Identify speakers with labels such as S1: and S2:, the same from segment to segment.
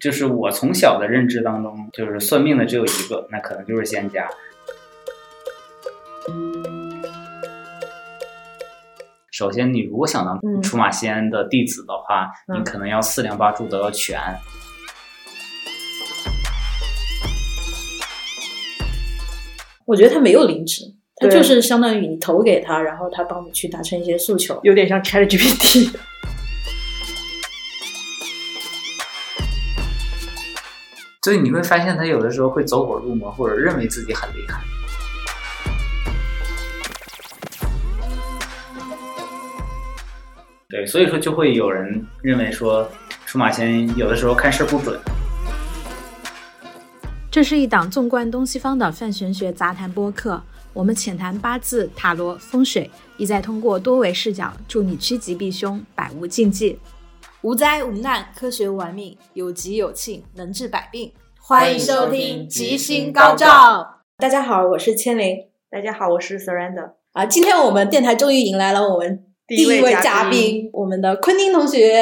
S1: 就是我从小的认知当中，就是算命的只有一个，那可能就是仙家。首先，你如果想当
S2: 嗯
S1: 出马仙的弟子的话，
S2: 嗯
S1: 你可能要四梁八柱都要全。
S3: 我觉得他没有离职，他
S2: 对
S3: 就是相当于你投给他，然后他帮你去达成一些诉求。
S2: 有点像 ChatGPT。
S1: 所以你会发现，他有的时候会走火入魔，或者认为自己很厉害。对，所以说就会有人认为说，出马仙有的时候看事儿不准。
S4: 这是一档纵观东西方的泛玄学杂谈播客，我们浅谈八字、塔罗、风水，意在通过多维视角，助你趋吉避凶，百无禁忌。
S5: 无灾无难，科学玩命，有吉有庆，能治百病。
S1: 欢
S5: 欢
S1: 迎
S5: 迎
S1: 收
S5: 收
S1: 听
S5: 听《
S1: 吉
S5: 吉
S1: 星
S5: 星
S1: 高
S5: 高
S1: 照
S5: 照》。
S3: 大家好，我是千灵
S2: 大家好，我是 Surrender。
S3: 啊，今天我们电台终于迎来了我们
S2: 第一位
S3: 位
S2: 嘉
S3: 嘉
S2: 宾
S3: 宾，我们的昆汀同学。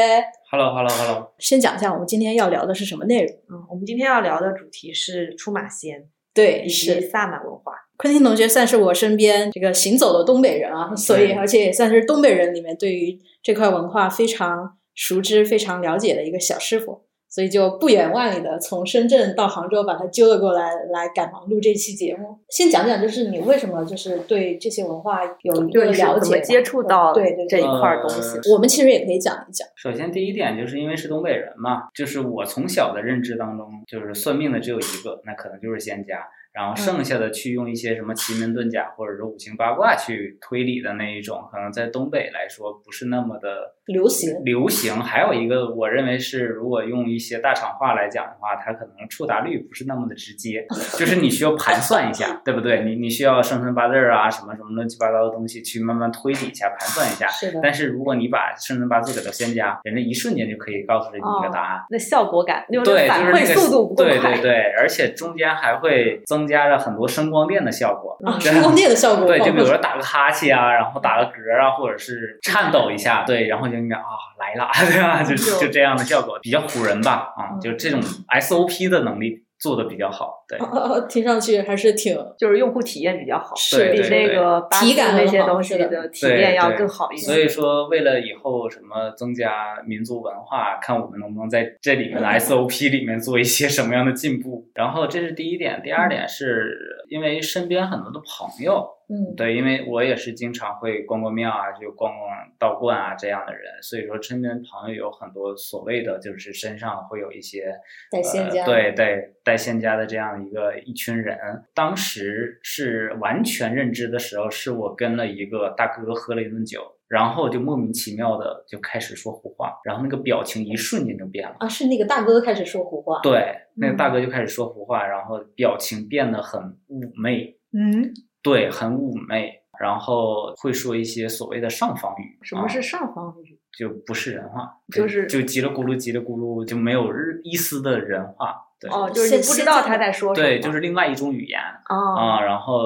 S1: h e l l o h e l l o h e l l o
S3: 先讲一下我们今天要聊的是什么内容？
S2: 嗯，我们今天要聊的主题是出马仙
S3: 对，
S2: 以及
S3: 是
S2: 萨满文化。
S3: 昆汀同学算是我身边这个行走的东北人啊，所以
S1: 嗯
S3: 而且也算是东北人里面对于这块文化非常熟知、非常了解的一个小师傅，所以就不远万里的从深圳到杭州把他揪了过来，来赶忙录这期节目。先讲讲，就是你为什么就是对这些文化有一个
S2: 对是怎
S3: 了解
S2: 么
S3: 吧，
S2: 接触到
S3: 对对
S2: 这
S3: 对
S2: 一。块东
S1: 嗯
S2: 西？
S3: 我们其实也可以讲一讲，
S1: 首先第一点就是因为是东北人嘛，就是我从小的认知当中，就是算命的只有一个，那可能就是仙家，然
S3: 嗯
S1: 后剩下的去用一些什么奇门遁甲或者说五行八卦去推理的那一种，可能在东北来说不是那么的
S3: 流行
S1: 流行。还有一个，我认为是如果用一些大厂话来讲的话，它可能触达率不是那么的直 接，就是你需要盘算一下，对不对？你你需要生辰八字儿啊，什么什么乱七八糟的东西去慢慢推理一下，盘算一下。
S3: 是的，
S1: 但是如果你把生辰八字给到仙家，人家一瞬间就可以告诉你一个答案。
S2: 那效果感，那种
S1: 对，
S2: 哦反
S1: 就是
S2: 馈
S1: 那个
S2: 速度不够
S1: 对
S2: 快。
S1: 对对，而且中间还会增加了很多声光电的效果。
S3: 啊，
S1: 对
S3: 声光电的效果，
S1: 对，就比如
S3: 哦
S1: 说打个哈欠啊，然后打个嗝啊，或者是颤抖一下，对，然后就应该啊来了， 对吧？就就这样的效果比较唬人吧，
S2: 哦
S1: 啊，就这种 SOP 的能力做的比较好，对。
S3: 哦哦 听上去还是挺
S2: 就是用户体验比较好，
S3: 是
S2: 比
S1: 对对
S2: 那个八字
S3: 体感
S2: 那
S3: 很
S2: 些
S3: 好
S2: 东
S3: 是
S2: 西
S3: 的
S2: 的体验
S1: 对
S2: 要
S1: 对
S2: 更好一些。
S1: 所以说，为了以后什么增加民族文化，看我们能不能在这里面的 SOP 里面做一些什么样的进步。然后这是第一点，第二点是因为身边很多的朋友，
S3: 嗯
S1: 对，因为我也是经常会逛逛庙啊，就逛逛道观啊这样的人，所以说身边朋友有很多所谓的就是身上会有一些
S3: 带仙家
S1: 呃、对带带仙家的这样一个一群人。当时是完全认知的时候，是我跟了一个大哥喝了一顿酒。然后就莫名其妙的就开始说胡话，然后那个表情一瞬间就变了。
S3: 啊，是那个大哥开始说胡话，
S1: 对，那个大哥就开始说胡话，然后表情变得很妩媚，
S2: 嗯，
S1: 对，很妩媚，然后会说一些所谓的上方语。
S2: 什么
S1: 啊
S2: 是上方语？
S1: 就不是人话，
S2: 就是
S1: 就叽里咕噜叽里咕噜，就没有日一丝的人话。对、
S2: 哦，就是你
S3: 是
S2: 不知
S3: 是
S2: 道
S3: 这
S2: 他
S3: 样
S2: 在说什么。
S1: 对，就是另外一种语言
S2: 哦，
S1: 啊。然后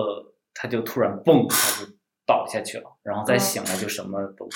S1: 他就突然蹦，他就倒下去了，然后
S2: 嗯
S1: 再醒来就什么都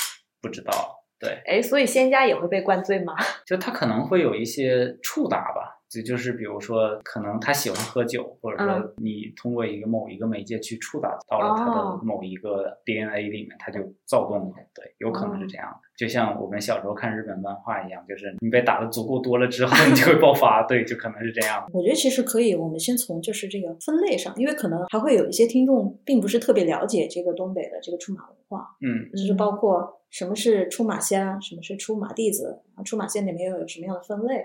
S1: 不知道了。对，
S2: 哎，所以仙家也会被灌醉吗？
S1: 就他可能会有一些触达吧。就就是比如说，可能他喜欢喝酒，或者说
S2: 嗯
S1: 你通过一个某一个媒介去触达到了他
S2: 哦
S1: 的某一个 DNA 里面，他就躁动了。对，有可能
S2: 哦
S1: 是这样的。就像我们小时候看日本漫画一样，就是你被打的足够多了之后，你就会爆发。对，就可能是这样。
S3: 我觉得其实可以，我们先从就是这个分类上，因为可能还会有一些听众并不是特别了解这个东北的这个出马文化，
S1: 嗯，
S3: 就是包括什么是出马仙啊，什么是出马弟子，啊，出马仙里面又有什么样的分类，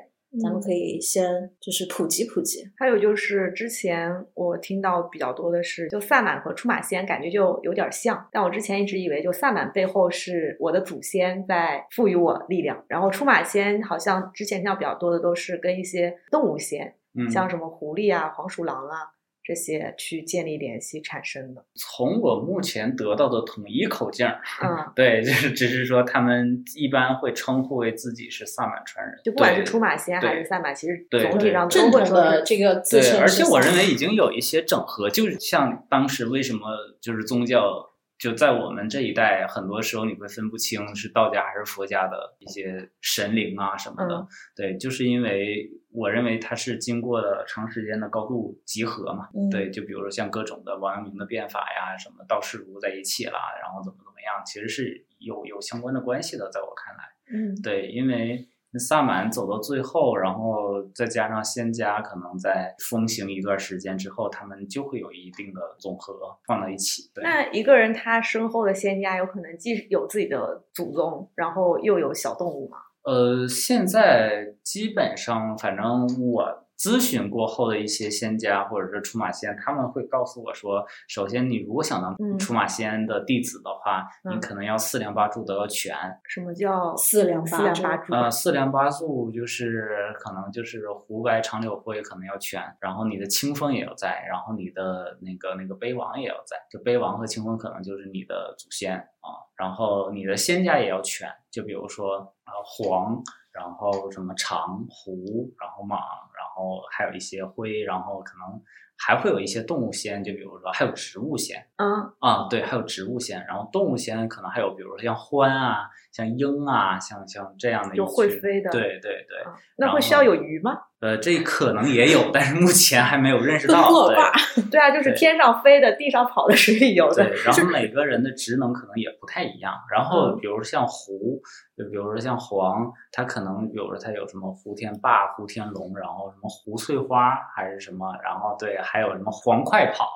S3: 咱
S1: 嗯
S3: 们可以先就是普及普及。
S2: 还有就是之前我听到比较多的是，就萨满和出马仙感觉就有点像，但我之前一直以为就萨满背后是我的祖先在赋予我力量，然后出马仙好像之前听到比较多的都是跟一些动物仙，
S1: 嗯
S2: 像什么狐狸啊、黄鼠狼啊这些去建立联系产 生的。
S1: 从我目前得到的统一口径儿，
S2: 嗯，
S1: 对，就是只是说他们一般会称呼为自己是萨满传人，
S2: 就不管
S1: 对
S2: 是出马仙还
S1: 对
S2: 是萨满，其实
S1: 对
S2: 总体
S1: 对
S2: 上
S3: 正
S2: 都会
S3: 统
S2: 说
S3: 的
S2: 是
S3: 这个自
S1: 对，
S3: 称，
S1: 而且我认为已经有一些整合，就是像当时为什么就是宗教就在我们这一代，很多时候你会分不清是道家还是佛家的一些神灵啊什么的。
S2: 嗯
S1: 对，就是因为我认为它是经过了长时间的高度集合嘛。
S3: 嗯
S1: 对，就比如说像各种的王阳明的变法呀，什么道士儒在一起啦，然后怎么怎么样，其实是有有相关的关系的，在我看来。
S3: 嗯，
S1: 对，因为萨满走到最后，然后再加上仙家可能在风行一段时间之后，他们就会有一定的总和放到一起。对，
S2: 那一个人他身后的仙家有可能既有自己的祖宗，然后又有小动物嘛？
S1: 呃，现在基本上，反正我。咨询过后的一些仙家或者是出马仙，他们会告诉我说，首先你如果想
S2: 嗯
S1: 当出马仙的弟子的话，
S2: 嗯
S1: 你可能要四梁八柱都要全，
S2: 什么叫
S3: 四梁
S2: 四
S3: 八
S2: 梁
S3: 柱
S2: 八柱？
S1: 呃，四梁八柱就是可能就是胡白长柳灰可能要全，然后你的清风也要在，然后你的那个那个碑王也要在，就碑王和清风可能就是你的祖先啊，然后你的仙家也要全，就比如说呃黄，然后什么长胡，然后蟒，然后还有一些灰，然后可能还会有一些动物仙，就比如说还有植物仙，
S2: 嗯，
S1: 啊，对，还有植物仙，然后动物仙可能还有，比如说像獾啊、像鹰啊、像像这样的一
S2: 有会
S1: 群
S2: 飞的
S1: 对对对，
S2: 啊那
S1: 然
S2: 会需要
S1: 后
S2: 有鱼 吗？
S1: 呃，这可能也有，但是目前还没有认识
S3: 奔
S1: 到。
S3: 波
S1: 对
S3: 霸
S2: 对啊，就是
S1: 对
S2: 天上飞的、地上跑的、水里游的
S1: 对，，然后每个人的职能可能也不太一样。然后
S2: 嗯
S1: 比如像胡，就比如说像黄，他可能比如说他有什么胡天霸、胡天龙，然后什么胡翠花还是什么，然后对，还有什么黄快跑，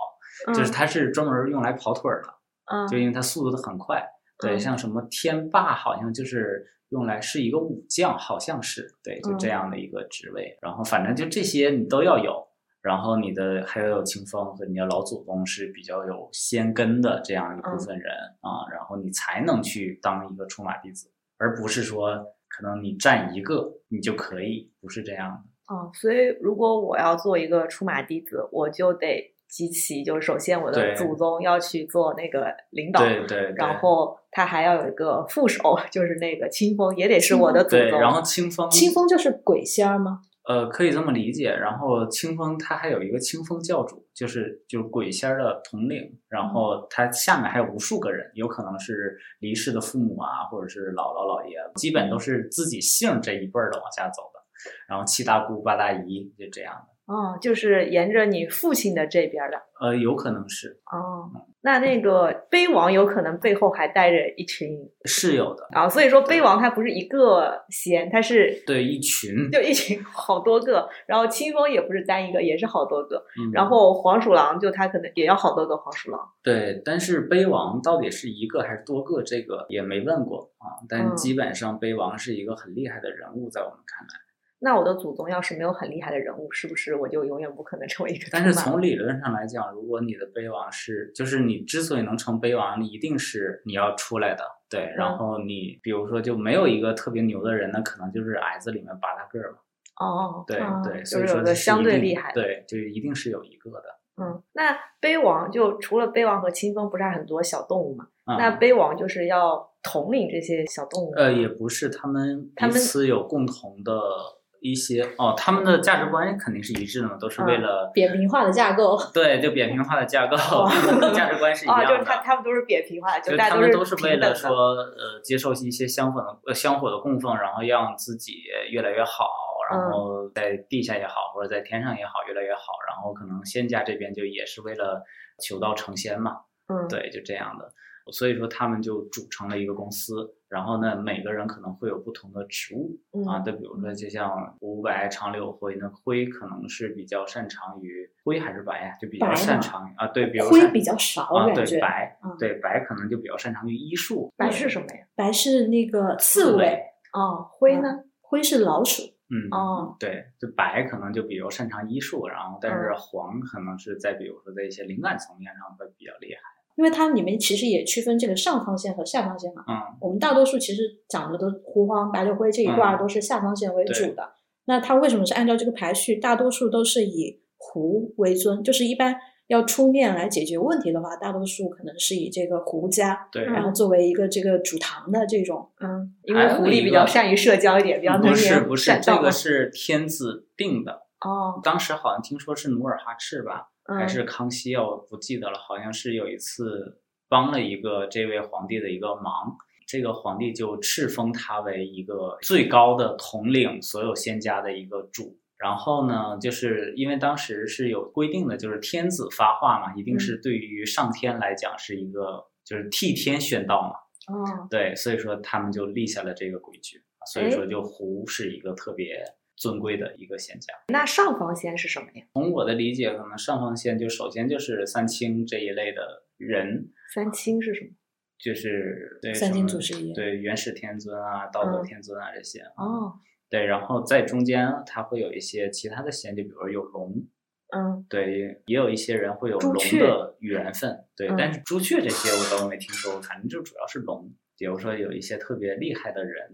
S1: 就是
S2: 嗯
S1: 它是专门用来跑腿儿的。
S2: 嗯
S1: 就因为它速度都很快。对，
S2: 嗯
S1: 像什么天霸好像就是用来是一个武将，好像是对，就这
S2: 嗯
S1: 样的一个职位。然后反正就这些你都要有，然后你的还有清风和你的老祖宗是比较有先根的这样一部
S2: 嗯
S1: 分人、啊，然后你才能去当一个出马弟子，而不是说可能你占一个你就可以，不是这样的。
S2: 哦，所以如果我要做一个出马弟子，我就得集齐，就是首先我的
S1: 对
S2: 祖宗要去做那个领导，
S1: 对对，对
S2: 然后他还要有一个副手，就是那个清风，也得是我的祖
S1: 对，
S2: 宗。
S1: 然后清风
S3: 清风就是鬼仙儿吗？
S1: 呃，可以这么理解。然后清风他还有一个清风教主，就是就是鬼仙儿的统领，然后他下面还有无数个人，有可能是离世的父母啊，或者是姥姥姥爷，基本都是自己姓这一辈儿的往下走的。然后七大姑八大姨就这样的，
S2: 哦，就是沿着你父亲的这边儿的。
S1: 呃，有可能是
S2: 哦，
S1: 嗯
S2: 那那个碑王有可能背后还带着一群
S1: 是有的，
S2: 啊，所以说碑
S1: 对
S2: 王他不是一个仙，他是
S1: 对一群，
S2: 就一群 好多个，然后清风也不是单一个，也是好多个，
S1: 嗯
S2: 然后黄鼠狼就他可能也要好多个黄鼠狼。
S1: 对，但是碑王到底是一个还是多个，这个也没问过啊。但
S2: 嗯
S1: 是基本上碑王是一个很厉害的人物，在我们看来。
S2: 那我的祖宗要是没有很厉害的人物，是不是我就永远不可能成为一个
S1: 但
S2: 出
S1: 是
S2: 马
S1: 从理论上来讲，如果你的碑王是，就是你之所以能成碑王，你一定是你要出来的，对。
S2: 嗯
S1: 然后你比如说就没有一个特别牛的人，那可能就是矮子里面拔大个儿嘛，
S2: 哦，
S1: 对、
S3: 哦
S1: 对，
S2: 就
S1: 所以
S2: 是
S1: 说
S2: 有
S1: 这
S2: 个
S1: 是
S2: 相
S1: 一
S2: 对
S1: 定
S2: 厉害的
S1: 对，就一定是有一个的。
S2: 嗯，那碑王就除了碑王和清风，不是还很多小动物嘛？
S1: 嗯、
S2: 那碑王就是要统领这些小动物吗，
S1: 呃也不是，他们
S2: 他
S1: 彼
S2: 们
S1: 此有共同的一些哦，他们的价值观肯定是一致的嘛，都是为
S2: 嗯
S1: 了、
S3: 扁平化的架构，
S1: 对就扁平化的架构，价值观是一样
S2: 哦，
S1: 的。
S2: 就是他他们都是扁平化的，
S1: 就是
S2: 大
S1: 他
S2: 家
S1: 们
S2: 是
S1: 都是为
S2: 平
S1: 了
S2: 等的。
S1: 说，呃，接受一些香粉的呃香火的供奉，然后让自己越来越好，
S2: 嗯
S1: 然后在地下也好，或者在天上也好，越来越好。然后可能仙家这边就也是为了求道成仙嘛，
S2: 嗯，
S1: 对，就这样的。所以说他们就组成了一个公司，然后呢，每个人可能会有不同的职务，
S2: 嗯
S1: 啊，就比如说，就像五白长柳灰，那灰可能是比较擅长于灰还是白呀？就比
S3: 白
S1: 较
S3: 嘛
S1: 擅长于啊，对，比如
S3: 灰
S1: 擅
S3: 比较少
S2: 哦
S1: 啊，
S3: 感觉
S1: 对，白
S3: 嗯，
S1: 对白可能就比较擅长于医术，
S2: 白是什么呀？
S3: 白是那个刺
S1: 猬
S3: 猬，
S2: 哦，灰呢？
S3: 灰是老鼠，
S1: 嗯，
S2: 哦，
S1: 对，就白可能就比较擅长医术，然后但是
S2: 嗯
S1: 黄可能是在比如说在一些灵感层面上会比较厉害，
S3: 因为它里面其实也区分这个上方线和下方线嘛。
S1: 嗯，
S3: 我们大多数其实讲的都狐黄、白柳灰这一挂
S1: 嗯
S3: 都是下方线为主的。那它为什么是按照这个排序？大多数都是以狐为尊，就是一般要出面来解决问题的话，大多数可能是以这个狐家，
S1: 对。
S3: 然后作为一个这个主堂的这种。
S2: 嗯，因为
S1: 还有
S2: 狐狸
S1: 一
S2: 比
S1: 个
S2: 较善于社交一点，比较能
S1: 不是
S2: 言
S1: 不是，
S2: 善
S1: 这
S2: 道嘛
S1: 个是天子定的。
S2: 哦，
S1: 当时好像听说是努尔哈赤吧，哦
S2: 嗯
S1: 还是康熙啊，我不记得了。好像是有一次，帮了一个这位皇帝的一个忙。这个皇帝就敕封他为一个最高的统领所有仙家的一个主。然后呢，就是因为当时是有规定的，就是天子发话嘛，一定是对于上天来讲是一个就是替天宣道嘛。
S2: 哦，
S1: 对，所以说他们就立下了这个规矩，所以说就胡是一个特别尊贵的一个仙家。
S2: 那上房仙是什么呀？
S1: 从我的理解，可能上方仙就首先就是三清这一类的人，
S2: 三清是什么？
S1: 就是对
S3: 三
S1: 什
S3: 清
S1: 么
S3: 祖师爷
S1: 对元始天尊啊、道德
S2: 嗯
S1: 天尊啊这些。
S2: 哦，
S1: 对，然后在中间它会有一些其他的仙，就比如有龙，
S2: 嗯，
S1: 对，也有一些人会有
S2: 朱
S1: 龙
S2: 雀
S1: 的缘分，对，
S2: 嗯
S1: 但是朱雀这些我倒没听说过，反正就主要是龙。比如说有一些特别厉害的人，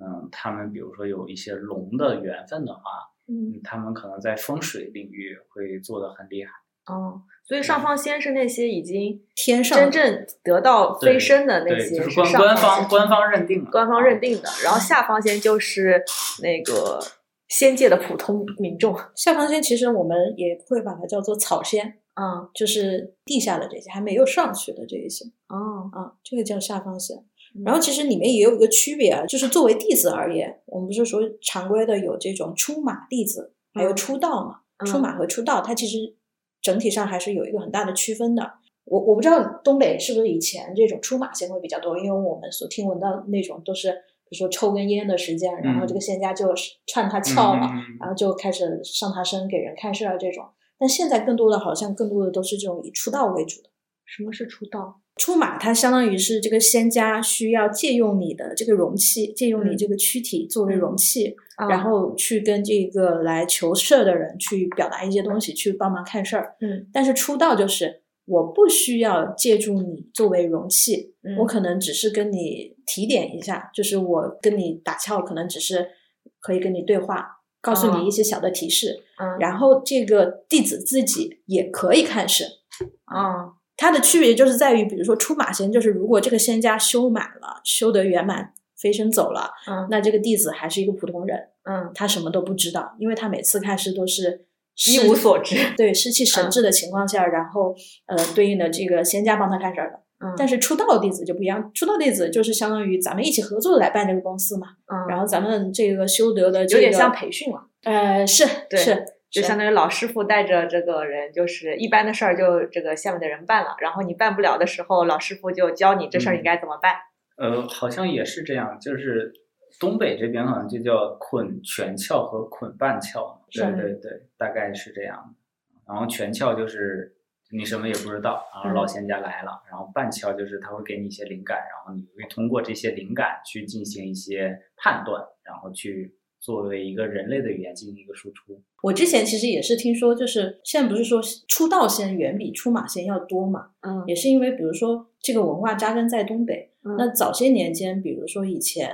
S1: 嗯，他们比如说有一些龙的缘分的话，嗯，他们可能在风水领域会做的很厉害。
S2: 哦，所以上方仙是那些已经
S3: 天上
S2: 真正得到
S1: 对
S2: 飞升的那
S1: 对，
S2: 些
S1: 就是是官官
S2: 上方
S1: 方
S2: 仙
S1: 官方认定了，
S2: 官方认定的，然后下方仙就是那个仙界的普通民众，
S3: 下方仙，其实我们也会把它叫做草仙，
S2: 嗯，
S3: 就是地下的这些还没有上去的这一些
S2: 哦，
S3: 啊，这个叫下方仙。
S2: 嗯
S3: 然后其实里面也有一个区别啊，就是作为弟子而言，我们不是说常规的有这种出马弟子，还有
S2: 嗯
S3: 出道嘛，
S2: 嗯
S3: 出马和出道，它其实整体上还是有一个很大的区分的。我我不知道东北是不是以前这种出马仙会比较多，因为我们所听闻到那种都是，比如说抽根烟的时间，然后这个仙家就串他窍
S1: 嗯
S3: 了，
S1: 嗯嗯
S3: 然后就开始上他身给人看事儿这种。但现在更多的好像更多的都是这种以出道为主的。
S2: 什么是出道？
S3: 出马，它相当于是这个仙家需要借用你的这个容器，借用你
S2: 嗯
S3: 这个躯体作为容器，
S2: 啊
S3: 然后去跟这个来求事儿的人去表达一些东西，去帮忙看事儿。
S2: 嗯，
S3: 但是出道就是我不需要借助你作为容器，
S2: 嗯
S3: 我可能只是跟你提点一下，就是我跟你打窍，可能只是可以跟你对话，告诉
S2: 哦
S3: 你一些小的提示，
S2: 嗯
S3: 然后这个弟子自己也可以看事。
S2: 啊
S3: 它的区别就是在于，比如说出马仙，就是如果这个仙家修满了，修得圆满，飞升走了，
S2: 嗯
S3: 那这个弟子还是一个普通人，
S2: 嗯
S3: 他什么都不知道，因为他每次看事都是
S2: 一无所嗯知，
S3: 对失去神智的情况下，然后呃对应的这个仙家帮他看事儿的。
S2: 嗯，
S3: 但
S2: 是
S3: 是出道弟子就不一样，出道弟子就是相当于咱们一起合作来办这个公司嘛，
S2: 嗯，
S3: 然后咱们这个修得的这
S2: 有
S3: 个
S2: 点像培训了。
S3: 呃是
S2: 对
S3: 是
S2: 就是相当于老师傅带着这个人，就是一般的事儿就这个下面的人办了，然后你办不了的时候，老师傅就教你这事儿
S1: 嗯
S2: 应该怎么办。
S1: 呃，好像也是这样，就是东北这边好像就叫捆全窍和捆半窍，对
S3: 是
S1: 对对，大概是这样的。然后全窍就是你什么也不知道，然后
S2: 嗯
S1: 老仙家来了，然后半窍就是他会给你一些灵感，然后你会通过这些灵感去进行一些判断，然后去作为一个人类的语言进行一个输出。
S3: 我之前其实也是听说，就是现在不是说出道仙远比出马仙要多嘛，
S2: 嗯
S3: 也是因为比如说这个文化扎根在东北，
S2: 嗯
S3: 那早些年间，比如说以前，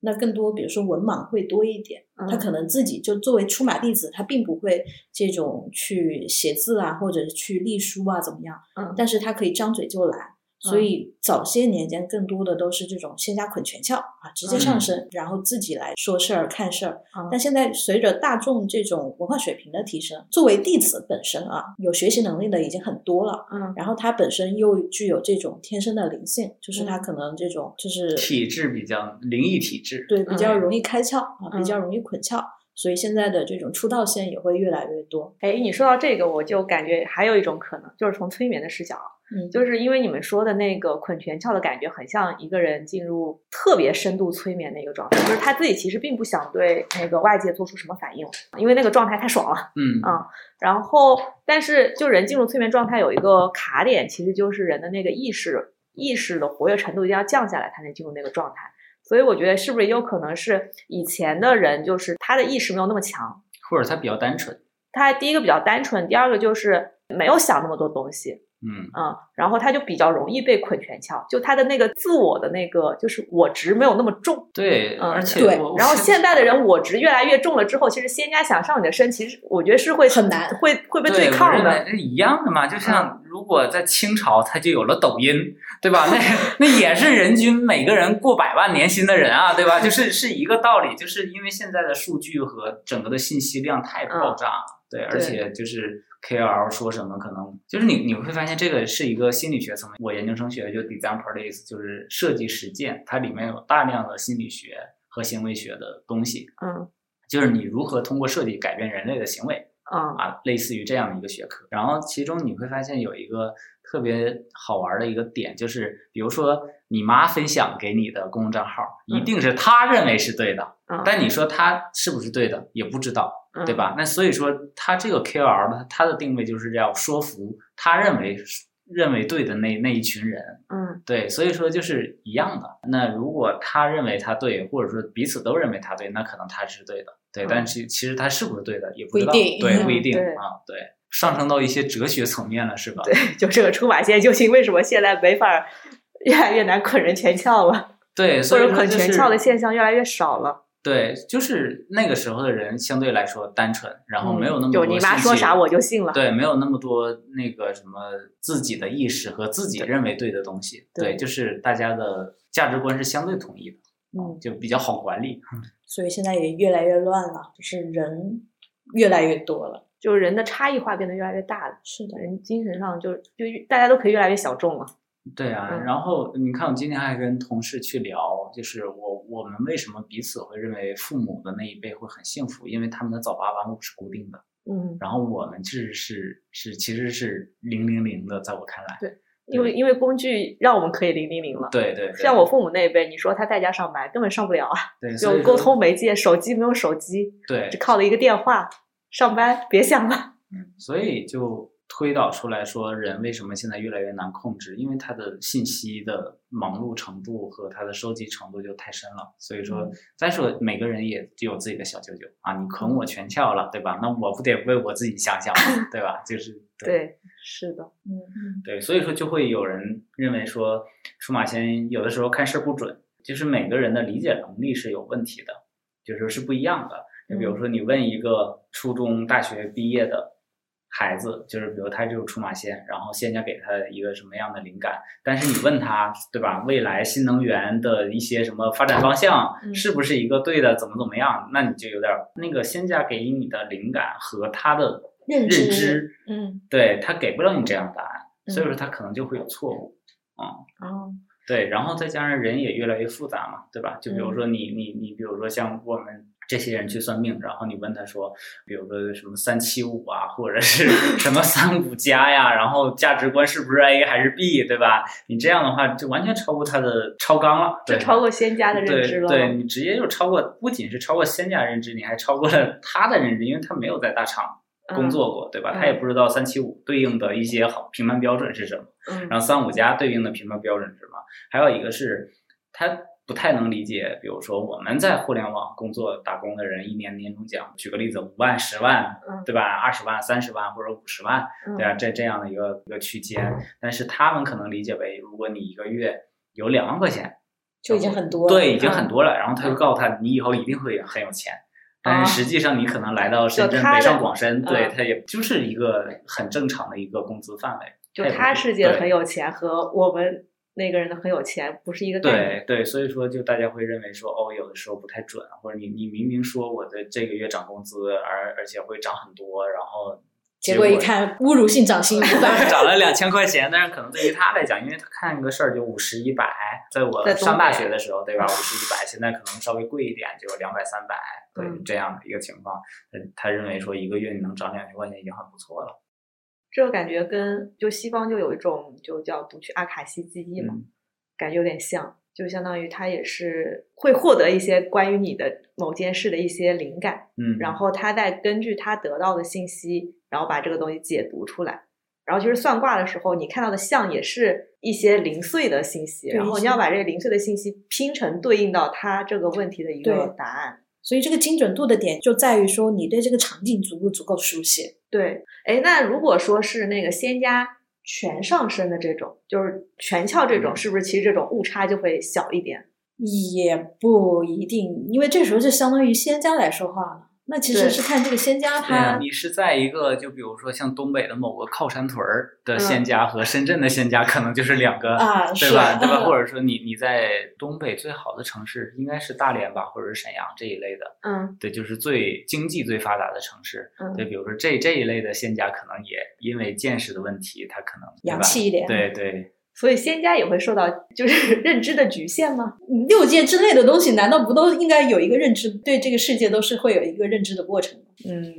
S3: 那更多比如说文盲会多一点，
S2: 嗯
S3: 他可能自己就作为出马弟子，他并不会这种去写字啊，或者去隶书啊怎么样，
S2: 嗯
S3: 但是他可以张嘴就来。所
S2: 嗯
S3: 以早些年间，更多的都是这种仙家捆全窍啊，直接
S2: 嗯
S3: 上身，然后自己来说事儿、看事儿，但现在随着大众这种文化水平的提升，作为弟子本身啊，有学习能力的已经很多了。
S2: 嗯
S3: 然后他本身又具有这种天生的灵性，就是他
S2: 嗯
S3: 可能这种就是
S1: 体质比较灵异体质，
S3: 对比较
S2: 嗯
S3: 容易开窍啊，
S2: 嗯
S3: 比较容易捆窍，所以现在的这种出道线也会越来越多。
S2: 哎，你说到这个，我就感觉还有一种可能，就是从催眠的视角啊，
S3: 嗯，
S2: 就是因为你们说的那个捆全窍的感觉，很像一个人进入特别深度催眠的一个状态，就是他自己其实并不想对那个外界做出什么反应，因为那个状态太爽了。
S1: 嗯
S2: 啊然后，但是就人进入催眠状态有一个卡点，其实就是人的那个意识意识的活跃程度一定要降下来，才能进入那个状态。所以我觉得是不是也有可能是以前的人就是他的意识没有那么强，
S1: 或者他比较单纯，
S2: 他第一个比较单纯，第二个就是没有想那么多东西，
S1: 嗯
S2: 嗯，然后他就比较容易被捆全窍，就他的那个自我的那个就是我执没有那么重，
S1: 对，
S2: 嗯
S1: 而且
S3: 对
S1: 我
S2: 然后现在的人我执越来越重了之后，其实仙家想上你的身，其实我觉得是会
S3: 很难
S2: 会会被
S1: 对，
S2: 对
S1: 我
S2: 抗
S1: 认
S2: 的。嗯
S1: 为是一样的嘛。就像如果在清朝，它就有了抖音，对吧？ 那那也是人均每个人过百万年薪的人啊，对吧？ 就是是一个道理，
S2: 嗯
S1: 就是因为现在的数据和整个的信息量太爆炸，对，而且就是 KOL 说什么，可能就是你你会发现这个是一个心理学层面。我研究生学就 design practice，就是设计实践，它里面有大量的心理学和行为学的东西，
S2: 嗯
S1: 就是你如何通过设计改变人类的行为。
S2: 嗯
S1: 啊，类似于这样的一个学科。然后其中你会发现有一个特别好玩的一个点，就是比如说你妈分享给你的公众账号，一定是她认为是对的，
S2: 嗯，
S1: 但你说她是不是对的也不知道，
S2: 嗯
S1: 对？吧？那所以说他这个 KOL 呢，他的定位就是要说服他认为认为对的那那一群人，
S2: 嗯
S1: 对，所以说就是一样的。那如果他认为他对，或者说彼此都认为他对，那可能他是对的，对。
S2: 嗯
S1: 但其其实他是不是对的，也不
S3: 不
S1: 知
S3: 一
S1: 道，
S3: 定
S1: 对，不一
S3: 嗯
S1: 定
S2: 对
S1: 啊，对。上升到一些哲学层面了，是吧？
S2: 对，就这个出马仙究竟为什么现在没法儿越来越难捆人全窍了，
S1: 对，
S2: 或
S1: 所以
S2: 者
S1: 说
S2: 捆
S1: 就
S2: 全
S1: 是
S2: 窍的现象越来越少了？
S1: 对，就是那个时候的人相对来说单纯，然后没有那么
S2: 嗯
S1: 多
S2: 就你妈
S1: 信
S2: 说
S1: 息
S2: 啥我就信了。
S1: 对，没有那么多那个什么自己的意识和自己认为对的东西，
S2: 对
S1: 对，就是大家的价值观是相对统一的，
S3: 嗯，
S1: 就比较好管理。
S3: 所以现在也越来越乱了，就是人越来越多了。
S2: 就是人的差异化变得越来越大了，
S3: 是的，
S2: 人精神上就就大家都可以越来越小众了。
S1: 对啊，
S2: 嗯
S1: 然后你看，我今天还跟同事去聊，就是我我们为什么彼此会认为父母的那一辈会很幸福，因为他们的早八晚五是固定的，
S2: 嗯，
S1: 然后我们其实是是其实是零零零的，在我看来，
S2: 因为因为工具让我们可以零零零了。
S1: 对对对，
S2: 像我父母那一辈，你说他在家上班根本上不了啊，
S1: 对所
S2: 就
S1: 以
S2: 沟
S1: 说
S2: 通媒介，手机没有手机，
S1: 对
S2: 只靠了一个电话上班，别想了。
S1: 所以就推导出来说，人为什么现在越来越难控制？因为他的信息的忙碌程度和他的收集程度就太深了。所以说，再说每个人也有自己的小九九啊，你捆我全窍了，对吧？那我不得为我自己想想吗？对吧？就是
S2: 对，是的，
S3: 嗯，
S1: 对，所以说就会有人认为说，出马仙有的时候看事儿不准，就是每个人的理解能力是有问题的，就是是不一样的。就
S2: 嗯
S3: 嗯
S1: 比如说你问一个初中、大学毕业的孩子，就是比如他就是出马仙，然后仙家给他一个什么样的灵感，但是你问他，对吧？未来新能源的一些什么发展方向
S2: 嗯
S1: 是不是一个对的？怎么怎么样？那你就有点儿那个仙家给你的灵感和他的
S3: 认
S1: 认
S3: 知
S1: 知
S3: 嗯，
S1: 对他给不了你这样的答案，
S3: 嗯
S1: 所以说他可能就会有错误。
S2: 哦，
S1: 对，然后再加上人也越来越复杂嘛，对吧？就比如
S3: 嗯
S1: 说你你你，比如说像我们这些人去算命，然后你问他说，比如说什么三七五啊，或者 是什么三五加呀，然后价值观是不是 A 还是 B，对吧？你这样的话就完全超过他的超纲了，
S2: 就
S1: 对
S2: 超过仙家的认知了。嗯
S1: 对，对你直接就超过，不仅是超过仙家认知，你还超过了他的认知，因为他没有在大厂工作过，对吧？他也
S2: 嗯
S1: 不知道三七五对应的一些好评判标准是什么。
S2: 嗯，
S1: 然后三五加对应的评判标准是什么？还有一个是他不太能理解，比如说我们在互联网工作打工的人，一年年终奖，举个例子，五万、十万
S2: 嗯，
S1: 对吧？二十万、三十万或者五十万，
S2: 嗯
S1: 对啊，这这样的一个一个区间，但是他们可能理解为，如果你一个月有两万块钱，
S3: 就已经很多了。
S1: 对，已经很
S3: 嗯。
S1: 多了，然后他就告诉他，你以后一定会很有钱。但是实际上，你可能来到深
S2: 哦就
S1: 圳、
S2: 他
S1: 北
S2: 的
S1: 上广深，对
S2: 嗯
S1: 他也就是一个很正常的一个工资范围。
S2: 就
S1: 太不
S2: 他
S1: 是
S2: 世界的
S1: 对
S2: 很有钱和我们那个人的很有钱不是一个概念。
S1: 对对，所以说就大家会认为说，哦，有的时候不太准，或者你你明明说我的这个月涨工资，而而且会涨很多，然 后，
S3: 结果一看，侮辱性涨薪一百
S1: 涨了两千块钱，但是可能对于他来讲，因为他看一个事儿就五十一百，在
S2: 在
S1: 我
S2: 东
S1: 上大
S2: 北
S1: 学的时候，对 吧？五十一百，现在可能稍微贵一点，就两百三百，对、
S2: 嗯
S1: 这样的一个情况，他他认为说一个月你能涨两千块钱已经很不错了。
S2: 这个感觉跟就西方就有一种就叫读取阿卡西记忆
S1: 嗯
S2: 嘛，感觉有点像，就相当于他也是会获得一些关于你的某件事的一些灵感，
S1: 嗯，
S2: 然后他再根据他得到的信息，然后把这个东西解读出来。然后其实算卦的时候，你看到的象也是一些零碎的信息，
S3: 对
S2: 然后
S3: 是
S2: 你要把这个零碎的信息拼成对应到他这个问题的一个
S3: 对
S2: 答案。
S3: 所以这个精准度的点就在于说你对这个场景足不足够熟悉。
S2: 对，哎，那如果说是那个仙家全上身的这种，就是全窍这种，
S1: 嗯
S2: 是不是其实这种误差就会小一点？
S3: 也不一定，因为这时候就相当于仙家来说话了。那其实
S2: 对
S3: 是看这个仙家
S1: 对啊
S3: 他，
S1: 你是在一个就比如说像东北的某个靠山屯儿
S2: 嗯
S1: 的仙家和深圳的仙家，可能就是两个，
S3: 啊
S1: 对
S3: 是
S1: 吧？对吧？
S3: 嗯
S1: 或者说你你在东北最好的城市应该是大连吧，或者是沈阳这一类的，
S2: 嗯
S1: 对，就是最经济最发达的城市。对，
S2: 嗯，
S1: 比如说这这一类的仙家，可能也因为见识的问题，他可能对
S3: 洋
S1: 吧
S3: 气一点
S1: 对对，
S2: 所以仙家也会受到就是 认知的局限吗？
S3: 嗯六界之类的东西，难道不都应该有一个认知？对这个世界都是会有一个认知的过程吗？
S2: 嗯，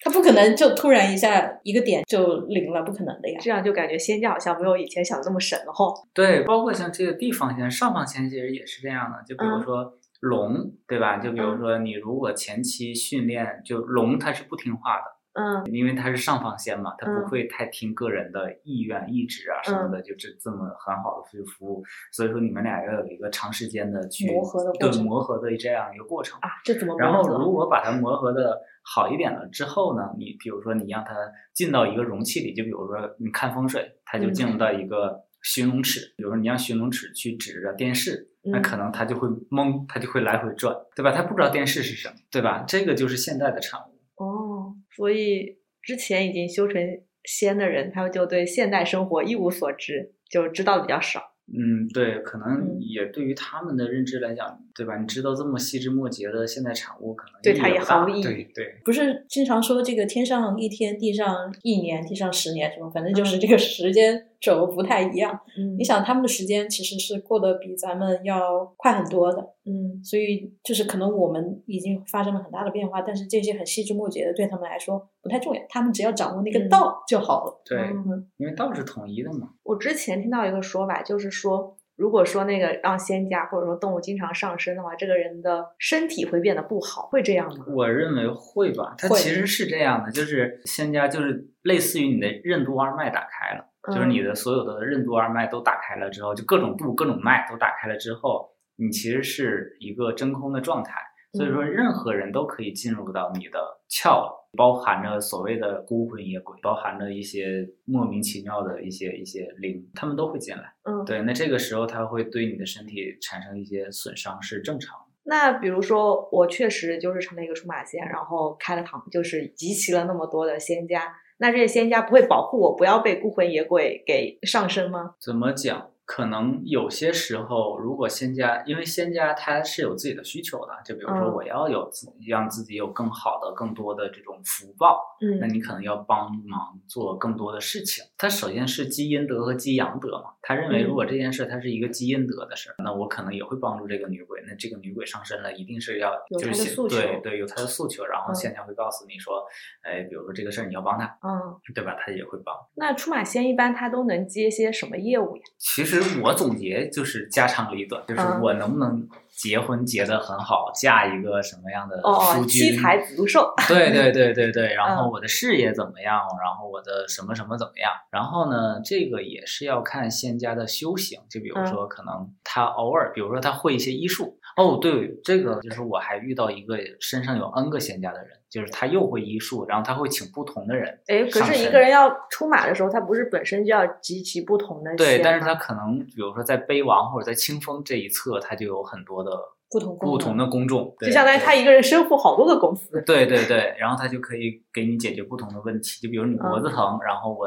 S3: 他不可能就突然一下一个点就灵了，不可能的呀。
S2: 这样就感觉仙家好像没有以前想的这么神了吼。
S1: 对，包括像这个地方仙、上方仙其实也是这样的，就比如
S2: 嗯
S1: 说龙，对吧？就比
S3: 嗯
S1: 如说你如果前期训练，就龙它是不听话的。
S2: 嗯
S1: 因为它是上方仙嘛，它
S2: 嗯
S1: 不会太听个人的意愿、意志啊什么
S3: 嗯
S1: 的，就这这么很好的去服务。所以说你们俩要有一个长时间的去
S3: 磨合的过
S1: 对
S3: 程
S1: 磨合的这样一个过程。
S2: 啊，这怎么
S1: 然后
S2: 磨合
S1: 如果把它磨合的好一点了之后呢，你比如说你让它进到一个容器里，就比如说你看风水，它就
S2: 嗯
S1: 进入到一个寻龙尺，比如说你让寻龙尺去指着电视，那
S2: 嗯
S1: 可能它就会懵，它就会来回转，对吧？它不知道电视是什么，对吧？这个就是现代的产物。
S2: 哦，所以之前已经修成仙的人，他们就对现代生活一无所知，就知道的比较少。
S1: 嗯，对，可能
S3: 嗯
S1: 也对于他们的认知来讲，对吧？你知道这么细枝末节的现代产物，可能
S2: 对
S1: 意义
S2: 它也
S1: 不大
S2: 毫无意义
S1: 对对，
S3: 不是经常说这个天上一天，地上一年，地上十年什么，反正就是这个时间轴不太一样。
S2: 嗯
S3: 你，想，他们的时间其实是过得比咱们要快很多的，
S2: 嗯
S3: 所以就是可能我们已经发生了很大的变化，但是这些很细枝末节的对他们来说不太重要，他们只要掌握那个
S2: 嗯
S3: 道就好了。
S1: 对
S2: 嗯，
S1: 因为道是统一的嘛。
S2: 我之前听到一个说法，就是说，如果说那个让仙家或者说动物经常上身的话，这个人的身体会变得不好，会这样吗？
S1: 我认为会吧，它
S3: 会
S1: 其实是这样的，就是仙家就是类似于你的任督二脉打开了，就是
S2: 嗯
S1: 你的所有的任督二脉都打开了之后，就各种度、各种脉都打开了之后，你其实是一个真空的状态。所
S2: 嗯
S1: 以说，任何人都可以进入到你的窍，包含着所谓的孤魂野鬼，包含着一些莫名其妙的一些一些灵，他们都会进来。
S2: 嗯，嗯，
S1: 对，那这个时候它会对你的身体产生一些损伤，是正常的。
S2: 那比如说，我确实就是成了一个出马仙，然后开了堂，就是集齐了那么多的仙家。那这些仙家不会保护我，不要被孤魂野鬼给上身吗？
S1: 怎么讲？可能有些时候，如果仙家，因为仙家他是有自己的需求的，就比如说
S2: 嗯
S1: 我要有自让自己有更好的、更多的这种福报，那
S2: 嗯
S1: 你可能要帮忙做更多的事情。他首先是积阴德和积阳德嘛，他认为
S2: 嗯
S1: 如果这件事它是一个积阴德的事儿，那我可能也会帮助这个女鬼。那这个女鬼上身了，一定是要
S2: 有
S1: 就
S2: 她
S1: 是
S2: 的
S1: 先
S2: 诉
S1: 对
S2: 求
S1: 对有她的诉求，然后
S2: 嗯
S1: 仙家会告诉你说，哎，比如说这个事儿你要帮她，
S2: 嗯，
S1: 对吧？她也会帮。
S2: 那出马仙一般他都能接些什么业务呀？
S1: 其实我总结就是家长里短，就是
S2: 嗯
S1: 我能不能结婚结得很好，嫁一个什么样的
S2: 哦
S1: 夫
S2: 哦，
S1: 君？
S2: 妻财子禄寿。嗯
S1: 对对对对 对，然后我的事业怎么样？然后我的什么什么怎么样？然后呢，这个也是要看仙家的修行，就比如
S2: 嗯
S1: 说可能他偶尔，比如说他会一些医术。哦，对，这个就是我还遇到一个身上有 N 个仙家的人，就是他又会医术，然后他会请不同的人
S2: 哎，可
S1: 上
S2: 是一
S1: 身
S2: 个人要出马的时候，他不是本身就要集齐不同的
S1: 对，
S2: 仙
S1: 但是
S2: 吗
S1: 它可能比如说在碑王或者在清风这一侧，它就有很多的
S3: 不同功
S1: 不同的公众，
S2: 就
S1: 对
S2: 相当于他一个人身负好多个公司。
S1: 对对对，然后它就可以给你解决不同的问题，就比如你脖子
S2: 嗯
S1: 疼，然后我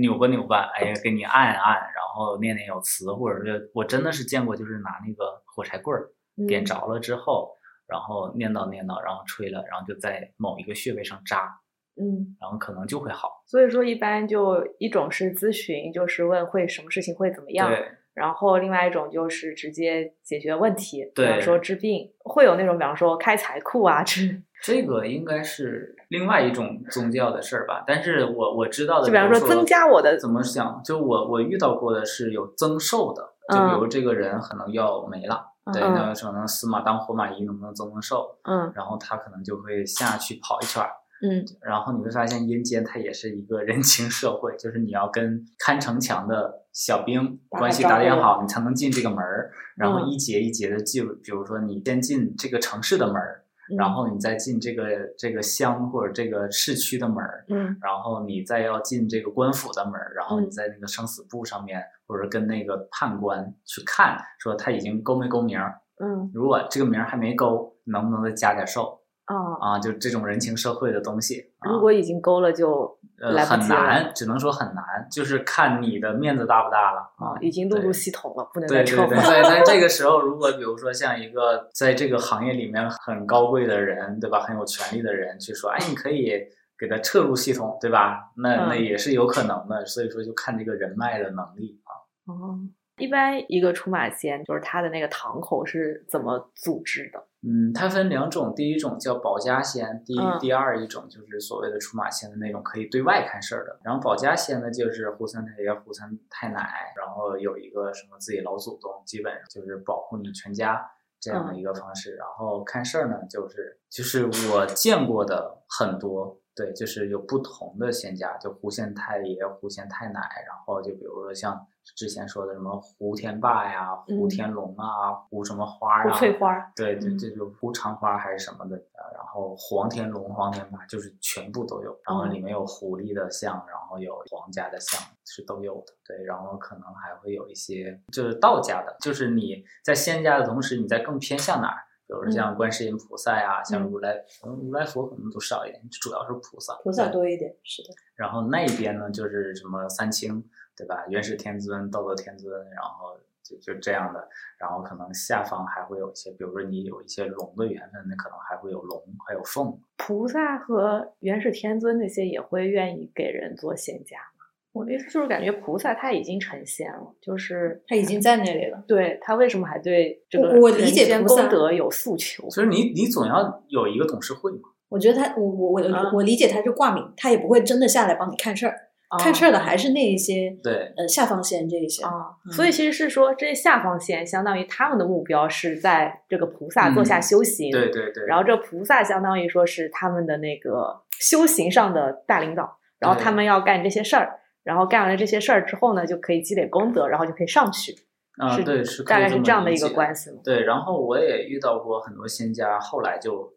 S1: 扭吧扭吧，哎呀，给你按按，然后念念有词，或者是我真的是见过，就是拿那个火柴棍儿
S2: 嗯
S1: 点着了之后，然后念叨念叨，然后吹了，然后就在某一个穴位上扎，
S2: 嗯，
S1: 然后可能就会好。
S2: 所以说一般就一种是咨询，就是问会什么事情会怎么样，
S1: 对，
S2: 然后另外一种就是直接解决问题，比
S1: 对
S2: 方说治病，会有那种比方说开财库啊，这就
S1: 这个应该是另外一种宗教的事儿吧，但是我我知道的，
S2: 比方说增加我的
S1: 怎么讲，就我我遇到过的是有增寿的，就比如这个人可能要没了，对，
S2: 嗯
S1: 那可能死马当活马医，能不能增增寿？
S2: 嗯
S1: 然后他可能就会下去跑一圈儿，
S2: 嗯
S1: 然后你会发现阴间它也是一个人情社会，就是你要跟看城墙的小兵
S3: 打
S1: 关系
S3: 招
S1: 打点
S3: 呼
S1: 好，你才能进这个门儿。然后
S2: 嗯
S1: 一节一节的进，比如说你先进这个城市的门儿，然后你再进这个这个乡或者这个市区的门儿，
S2: 嗯
S1: 然后你再要进这个官府的门儿，然后你
S2: 嗯
S1: 在那个生死簿上面，或者跟那个判官去看，说他已经勾没勾名儿，
S2: 嗯
S1: 如果这个名儿还没勾，能不能再加点寿？
S2: 啊，
S1: 啊，就这种人情社会的东西啊
S2: 如，果已经勾了就
S1: 呃
S2: 来不
S1: 很
S2: 及了
S1: 难，只能说很难，就是看你的面子大不大了
S2: 啊，已经录入
S1: 对
S2: 系统了，不能
S1: 对
S2: 再
S1: 对
S2: 撤
S1: 对，
S2: 回。
S1: 所以在这个时候，如果比如说像一个在这个行业里面很高贵的人，对吧，很有权利的人去说，哎，你可以给他撤入系统，对吧？那那
S2: 嗯
S1: 也是有可能的，所以说就看这个人脉的能力啊。
S2: 哦，一般一个出马仙就是它的那个堂口是怎么组织的？
S1: 嗯，它分两种，第一种叫保家仙，第、
S2: 嗯
S1: 第二一种就是所谓的出马仙的那种可以对外看事儿的。然后保家仙呢，就是胡三太爷、胡三太奶，然后有一个什么自己老祖宗，基本上就是保护你全家这样
S2: 嗯
S1: 的一个方式。然后看事儿呢，就是就是我见过的很多。对，就是有不同的仙家，就狐仙太爷、狐仙太奶，然后就比如说像之前说的什么胡天霸呀、胡
S2: 嗯
S1: 天龙啊、胡什么花啊、
S2: 不翠花儿
S1: 对对，
S5: 嗯
S1: 这就胡长花还是什么的，呃然后黄天龙、黄天霸就是全部都有，然后
S3: 哦
S1: 里面有狐狸的像，然后有皇家的像是都有的，对，然后可能还会有一些就是道家的，就是你在仙家的同时，你在更偏向哪儿？比如说像观世音菩萨呀、像
S3: 嗯
S1: 如来，可能如来佛可能都少一点，主要是菩萨，
S3: 菩萨
S1: 对
S3: 多一点，是的。
S1: 然后那一边呢，就是什么三清，对吧？元始天尊、道德天尊，然后就就这样的。然后可能下方还会有一些，比如说你有一些龙的缘分，那可能还会有龙，还有凤。
S2: 菩萨和元始天尊那些也会愿意给人做仙家吗？我的意思就是感觉菩萨他已经成仙了，就是
S3: 他已经在那里了，
S2: 对他为什么还对这个
S3: 我我理解
S2: 人间
S3: 菩萨
S2: 功德有诉求？
S1: 就是你你总要有一个董事会嘛。
S3: 我觉得他，我我我、
S2: 啊
S3: 我理解他是挂名，他也不会真的下来帮你看事儿，
S1: 啊
S3: 看事
S2: 儿
S3: 儿的还是那一些
S1: 对，
S3: 呃下方仙这一些。
S2: 啊，
S3: 嗯
S2: 所以其实是说这些下方仙相当于他们的目标是在这个菩萨座下
S1: 嗯
S2: 修行，
S1: 对对对。
S2: 然后这菩萨相当于说是他们的那个修行上的大领导，然后他
S1: 对
S2: 们要干这些事儿，然后干完了这些事儿之后呢，就可以积累功德，然后就可以上去，
S1: 啊、
S2: 是
S1: 对是可以
S2: 大概是
S1: 么
S2: 这样的
S1: 理
S2: 一个
S1: 解
S2: 关系嘛。
S1: 对，然后我也遇到过很多仙家，后来就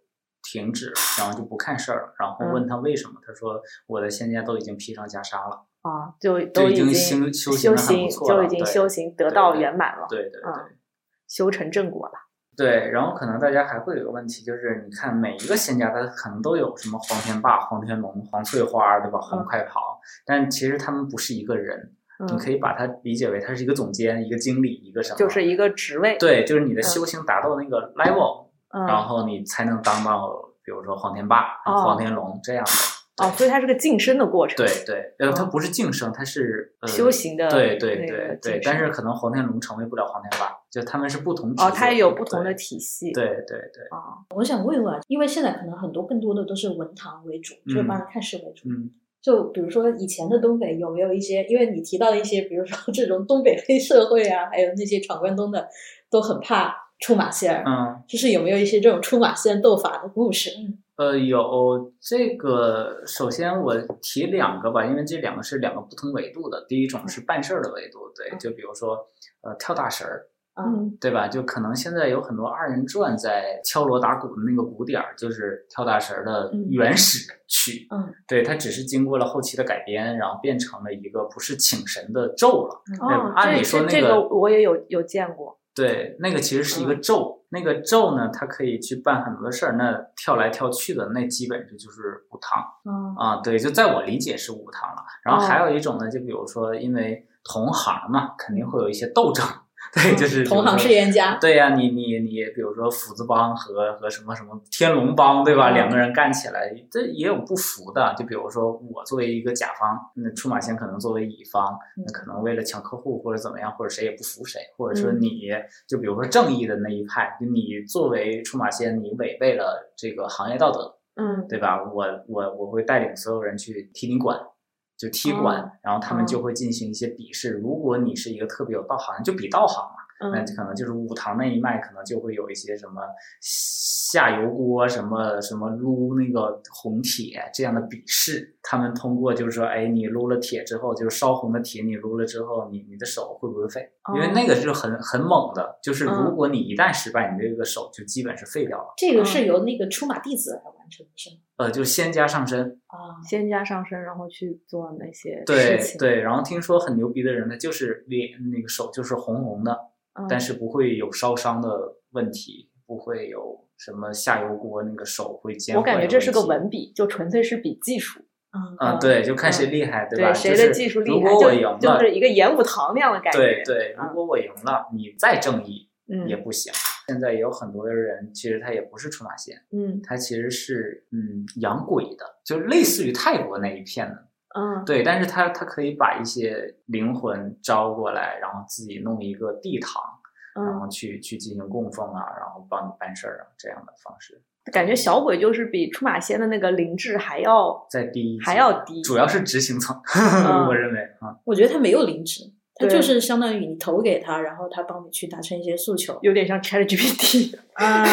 S1: 停止，然后就不看事儿了。然
S2: 嗯
S1: 后问他为什么，他说我的仙家都已经披上袈裟了，
S2: 啊，就
S1: 就
S2: 都
S1: 已经
S2: 经
S1: 修修行
S2: 修
S1: 得很不错
S2: 就
S1: 了
S2: 已经
S1: 对
S2: 修行得
S1: 对
S2: 到
S1: 对
S2: 圆满了，
S1: 对对对。
S2: 嗯修成正果了。
S1: 对，然后可能大家还会有一个问题，就是你看每一个仙家，它可能都有什么黄天霸、黄天龙、黄翠花，对吧？黄
S2: 嗯
S1: 快跑，但其实他们不是一个人，你可
S2: 嗯，
S1: 以把它理解为它是一个总监、一个经理、一个什么，
S2: 就是一个职位，
S1: 对，就是你的
S2: 嗯
S1: 修行达到那个 level，、
S2: 嗯，
S1: 然后你才能当到，比如说黄天霸、啊
S2: 哦
S1: 黄天龙这样的。
S2: 哦，所以它是个晋升的过程，
S1: 对对，呃，它
S2: 嗯
S1: 不是晋升，它是、呃、
S2: 修行的
S1: 对对
S2: 那个
S1: 对
S2: 晋
S1: 对，但
S2: 升
S1: 是可能黄天龙成为不了黄天霸，就他们是不同
S2: 哦，
S1: 职
S2: 它
S1: 责
S2: 也有不同
S1: 对
S2: 的体系，
S1: 对对对，
S2: 啊，
S3: 我想问一问啊，因为现在可能很多更多的都是文堂为主，就是帮人看事为主。
S1: 嗯
S3: 就比如说以前的东北有没有一些，因为你提到一些，比如说这种东北黑社会啊，还有那些闯关东的，都很怕出马仙儿，
S1: 嗯。
S3: 就是有没有一些这种出马仙斗法的故事？
S1: 呃，有这个，首先我提两个吧，因为这两个是两个不同维度的。第一种是办事儿的维度，对，
S3: 嗯
S1: 就比如说，呃，跳大神儿，
S3: 嗯，
S1: 对吧？就可能现在有很多二人转在敲锣打鼓的那个鼓点儿，就是跳大神儿的
S3: 嗯
S1: 原始曲，
S3: 嗯，
S1: 对，它只是经过了后期的改编，然后变成了一个不是请神的咒
S3: 嗯
S1: 了，
S3: 啊
S1: 对
S2: 哦，
S1: 哎按理
S2: 这
S1: 说
S2: 这
S1: 那
S2: 这
S1: 个
S2: 个我也有有见过，
S1: 对，那个其实是
S3: 嗯
S1: 一个咒，那个咒呢，它可以去办很多的事儿，那跳来跳去的那基本上就是补堂。
S3: 啊，
S1: 啊，对，就在我理解是五堂了。然后还
S3: 哦
S1: 有一种呢，就比如说，因为同行嘛，肯定会有一些斗争， 对，就是比
S3: 嗯同
S1: 如
S3: 行
S1: 说
S3: 是冤家
S1: 对呀、你你你，比如说斧子帮和和什么什么天龙帮，对吧？
S3: 嗯
S1: 两个人干起来，这也有不服的。就比如说我作为一个甲方，那出马仙可能作为乙方，
S3: 嗯
S1: 那可能为了抢客户或者怎么样，或者谁也不服谁，或者说
S2: 嗯
S1: 你就比如说正义的那一派，你作为出马仙，你违背了这个行业道德，
S2: 嗯，
S1: 对吧？我我我会带领所有人去踢你馆，就踢馆，
S2: 哦
S1: 然后他们
S2: 哦
S1: 就会进行一些比试。如果你是一个特别有道行，就比道行嘛，那
S2: 嗯
S1: 可能就是武堂那一脉，可能就会有一些什么下油锅、什么什么撸那个红铁这样的比试。他们通过就是说，哎，你撸了铁之后，就是烧红的铁，你撸了之后，你你的手会不会废？因为
S2: 哦
S1: 那个是很很猛的，就是
S2: 嗯
S1: 如果你一旦失败，你这个手就基本是废掉了。
S3: 这个是由那个出马弟子来完成的，是吗？
S1: 呃，就是仙家上身，
S3: 啊，
S2: 仙家上身，然后去做那些
S1: 对
S2: 事情，
S1: 对，然后听说很牛逼的人呢，就是脸那个手就是红红的，
S2: 嗯，
S1: 但是不会有烧伤的问题，不会有什么下油锅那个手会煎。
S2: 我感觉这是个文笔，就纯粹是比技术。
S3: 嗯
S1: 啊，对，就看谁厉害，对吧？
S2: 对，谁的技术
S1: 就
S2: 厉
S1: 是
S2: 害，
S1: 如果我赢
S2: 就
S1: 了，
S2: 就是一个演武堂那样的感觉。
S1: 对对，如
S2: 嗯
S1: 果我赢了，你再正义也
S2: 嗯
S1: 不行。现在也有很多的人，其实他也不是出马仙，
S2: 嗯
S1: 他其实是嗯洋鬼的，就类似于泰国那一片的。
S2: 嗯，
S1: 对，但是他他可以把一些灵魂招过来，然后自己弄一个地堂，然
S2: 嗯，
S1: 后去去进行供奉啊，然后帮你办事儿啊，这样的方式。
S2: 感觉小鬼就是比出马仙的那个灵智 还要，
S1: 在第一
S2: 还
S1: 级
S2: 要低
S1: 主要是执行层，
S2: 嗯
S1: 我认为啊，
S3: 我觉得他没有灵芝，他
S2: 对
S3: 就是相当于你投给他，然后他帮你去达成一些诉求。
S2: 有点像 ChatGPT，
S3: 啊，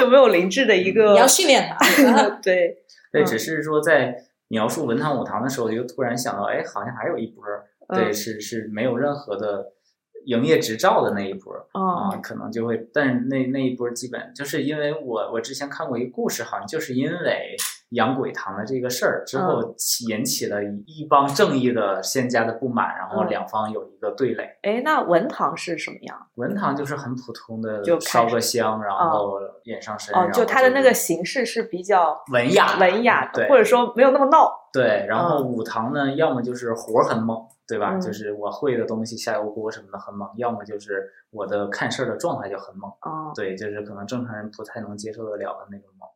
S2: 有没有灵智的
S1: 嗯
S2: 一个
S3: 你？要训练他。
S2: 对，
S1: 对，
S2: 嗯
S1: 只是说在描述文堂武堂的时候，就突然想到，哎，好像还有一波儿，对，
S2: 嗯
S1: 是是没有任何的营业执照的那一波儿啊，
S2: 哦，
S1: 可能就会，但是那那一波儿基本就是因为我我之前看过一个故事，好像就是因为养鬼堂的这个事儿之
S2: 嗯
S1: 后起，引起了一帮正义的仙家的不满，然后
S2: 嗯
S1: 两方有一个对垒。
S2: 哎，那文堂是什么样？
S1: 文堂就是很普通的
S2: 就，开
S1: 烧
S2: 始
S1: 个香，然
S2: 哦
S1: 后演上身，
S2: 哦
S1: 然，
S2: 就
S1: 后
S2: 它的那个形式是比较
S1: 文雅
S2: 文雅的，
S1: 对
S2: 或者说没有那么闹。
S1: 对，然后
S2: 嗯
S1: 武堂呢，要么就是活儿很猛，对吧？
S2: 嗯
S1: 就是我会的东西，下油锅什么的很猛；要么就是我的看事儿的状态就很猛，
S2: 哦，
S1: 对，就是可能正常人不太能接受得了的那种猛。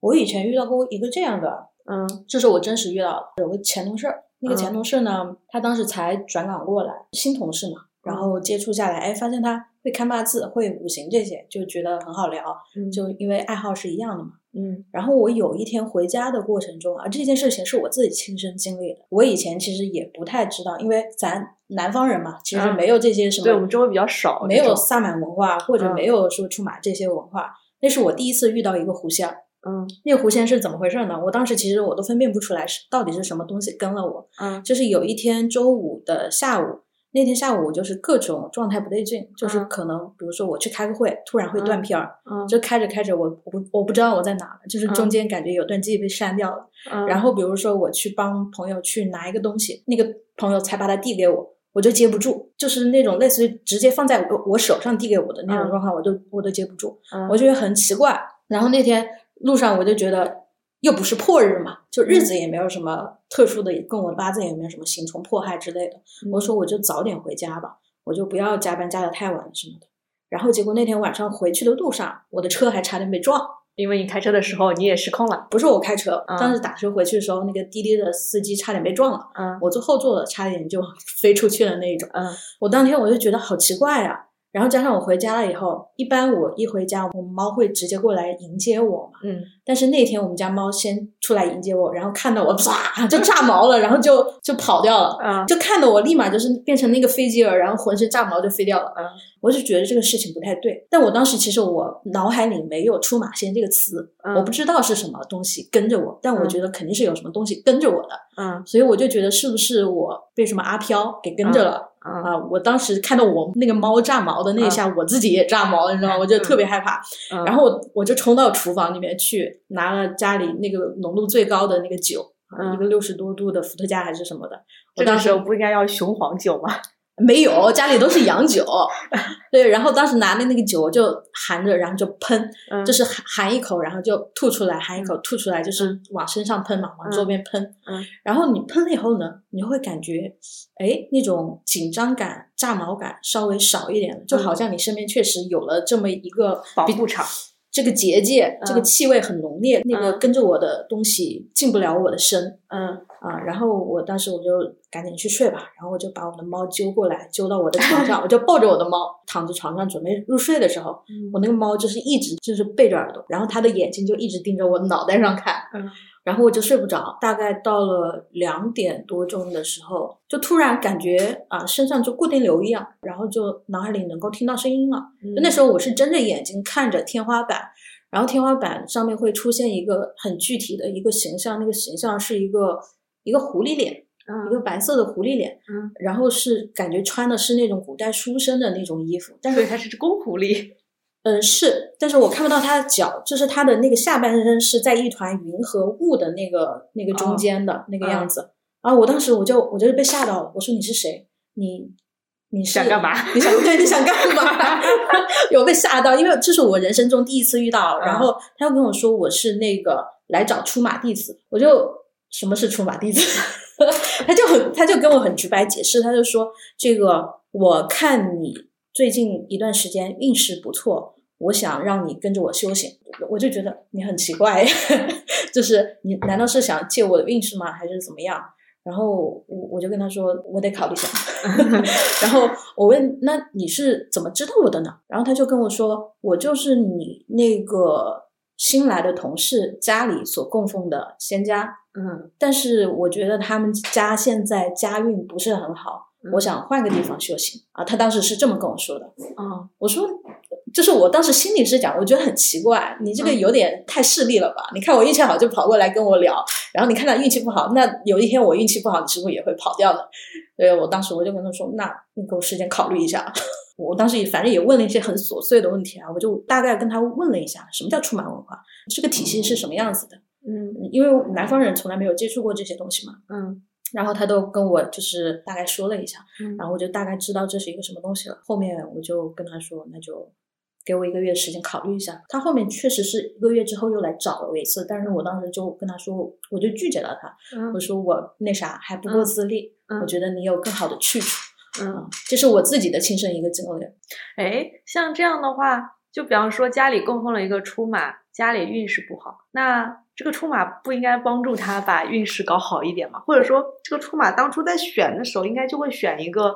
S3: 我以前遇到过一个这样的，
S2: 嗯
S3: 这是我真实遇到的，有个前同事儿，那个
S2: 嗯
S3: 前同事呢，他当时才转岗过来，新同事嘛，
S2: 嗯
S3: 然后接触下来，哎，发现他会看八字，会五行这些，就觉得很好聊，
S2: 嗯，
S3: 就因为爱好是一样的嘛。
S2: 嗯
S3: 然后我有一天回家的过程中啊，这件事情是我自己亲身经历的。我以前其实也不太知道，因为咱南方人嘛，其实
S2: 嗯
S3: 没有这些什么，
S2: 对我们周围比较少
S3: 没
S2: 这
S3: 有
S2: 种
S3: 萨满文化或者
S2: 嗯
S3: 没有说出马这些文化。那是我第一次遇到一个狐仙儿，
S2: 嗯
S3: 那个狐仙是怎么回事呢？我当时其实我都分辨不出来是到底是什么东西跟了我。
S2: 嗯
S3: 就是有一天周五的下午，那天下午我就是各种状态不对劲，就是
S2: 嗯
S3: 可能比如说我去开个会，突然会断
S2: 嗯
S3: 片儿，
S2: 嗯，
S3: 就开着开着我我不我不知道我在哪了，就是中
S2: 嗯
S3: 间感觉有段记忆被删掉了。
S2: 嗯
S3: 然后比如说我去帮朋友去拿一个东西，那个朋友才把它递给我，我就接不住，就是那种类似于直接放在我我手上递给我的那种
S2: 嗯
S3: 状况，我都我都接不住。
S2: 嗯
S3: 我觉得很奇怪。然后那天路上我就觉得，又不是破日嘛，就
S2: 嗯
S3: 日子也没有什么特殊的，跟我的八字也没有什么刑冲迫害之类的。
S2: 嗯
S3: 我说我就早点回家吧，我就不要加班加的太晚什么的。然后结果那天晚上回去的路上，我的车还差点被撞。
S2: 因为你开车的时候你也失控了，
S3: 不是我开车，
S2: 嗯
S3: 当时打车回去的时候，那个滴滴的司机差点被撞了，
S2: 嗯
S3: 我坐后座的差点就 飞出去了那一种。
S2: 嗯
S3: 我当天我就觉得好奇怪啊。然后加上我回家了以后，一般我一回家，我猫会直接过来迎接我嘛。
S2: 嗯
S3: 但是那天我们家猫先出来迎接我，然后看到我，啪就炸毛了，然后就就跑掉了，
S2: 嗯
S3: 就看到我立马就是变成那个飞机耳，然后浑身炸毛就飞掉了。
S2: 嗯
S3: 我就觉得这个事情不太对，但我当时其实我脑海里没有“出马仙”这个词，
S2: 嗯
S3: 我不知道是什么东西跟着我，但我
S2: 嗯
S3: 觉得肯定是有什么东西跟着我的，
S2: 嗯
S3: 所以我就觉得是不是我被什么阿飘给跟着了。
S2: 嗯
S3: 啊！我当时看到我那个猫炸毛的那一下，我自己也炸毛了，你知道吗？我就特别害怕。
S2: 嗯，
S3: 然后我我就冲到厨房里面去，拿了家里那个浓度最高的那个酒，啊
S2: 嗯
S3: 一个六十多度的伏特加还是什么的。我
S2: 这
S3: 当
S2: 个
S3: 时
S2: 时候不应该要雄黄酒吗？
S3: 没有，家里都是洋酒。 对，然后当时拿的那个酒就含着，然后就喷，
S2: 嗯
S3: 就是含含一口，然后就吐出来，含一口吐出来，就是
S2: 嗯
S3: 往身上喷嘛，往周边喷。
S2: 嗯
S3: 然后你喷了以后呢，你会感觉，哎，那种紧张感、炸毛感稍微少一点了，就好像你身边确实有了这么一个
S2: 嗯保
S3: 比
S2: 护场。
S3: 这个结界，这个
S2: 嗯
S3: 气味很浓烈，那个
S2: 嗯
S3: 跟着我的东西进不了我的身，
S2: 嗯
S3: 啊，然后我当时我就赶紧去睡吧，然后我就把我的猫揪过来，揪到我的 床上，我就抱着我的猫躺在床上准备入睡的时候，
S2: 嗯
S3: 我那个猫就是一直就是背着耳朵，然后它的眼睛就一直盯着我脑袋上看，
S2: 嗯，
S3: 然后我就睡不着，大概到了两点多钟的时候，就突然感觉啊身上就固定流一样，然后就脑海里能够听到声音了。
S2: 嗯
S3: 就那时候我是睁着眼睛看着天花板，然后天花板上面会出现一个很具体的一个形象，那个形象是一个一个狐狸脸，一
S2: 嗯
S3: 个白色的狐狸脸，
S2: 嗯，
S3: 然后是感觉穿的是那种古代书生的那种衣服，但
S2: 所以
S3: 是
S2: 它是只公狐狸。
S3: 嗯是，但是我看不到他的脚，就是他的那个下半身是在一团云和雾的那个那个中
S2: 哦
S3: 间的、那个样
S2: 嗯
S3: 子，啊，我当时我就我就是被吓到了，我说你是谁？你你是
S2: 想干嘛？
S3: 你想对你想干嘛？有被吓到，因为这是我人生中第一次遇到。然后他又跟我说我是那个来找出马弟子，我就什么是出马弟子？ 他就很他就跟我很直白解释，他就说这个我看你最近一段时间运势不错，我想让你跟着我修行。我就觉得你很奇怪， 就是你难道是想借我的运势吗？还是怎么样？然后我我就跟他说，我得考虑一下。
S2: 嗯
S3: 然后我问，那你是怎么知道我的呢？然后他就跟我说，我就是你那个新来的同事家里所供奉的仙家，
S2: 嗯，
S3: 但是我觉得他们家现在家运不是很好，我想换个地方修行啊。他当时是这么跟我说的。
S2: 哦，
S3: 我说，就是我当时心里是讲，我觉得很奇怪，你这个有点太势利了吧？你看我运气好就跑过来跟我聊，然后你看他运气不好，那有一天我运气不好，你是不是也会跑掉的？对我当时我就跟他说，那你给我时间考虑一下。 我当时也反正也问了一些很琐碎的问题啊，我就大概跟他问了一下，什么叫出马文化，这个体系是什么样子的？
S2: 嗯
S3: 因为南方人从来没有接触过这些东西嘛，
S2: 嗯
S3: 然后他都跟我就是大概说了一下，
S2: 嗯
S3: 然后我就大概知道这是一个什么东西了。后面我就跟他说，那就给我一个月时间考虑一下。他后面确实是一个月之后又来找了我一次，但是我当时就跟他说，我就拒绝了他，
S2: 嗯
S3: 我说我那啥还不够资历，
S2: 嗯嗯
S3: 我觉得你有更好的去处。
S2: 嗯，
S3: 啊这是我自己的亲身一个经历。
S2: 哎，像这样的话，就比方说家里供奉了一个出马，家里运势不好，那这个出马不应该帮助他把运势搞好一点吗？或者说，这个出马当初在选的时候，应该就会选一个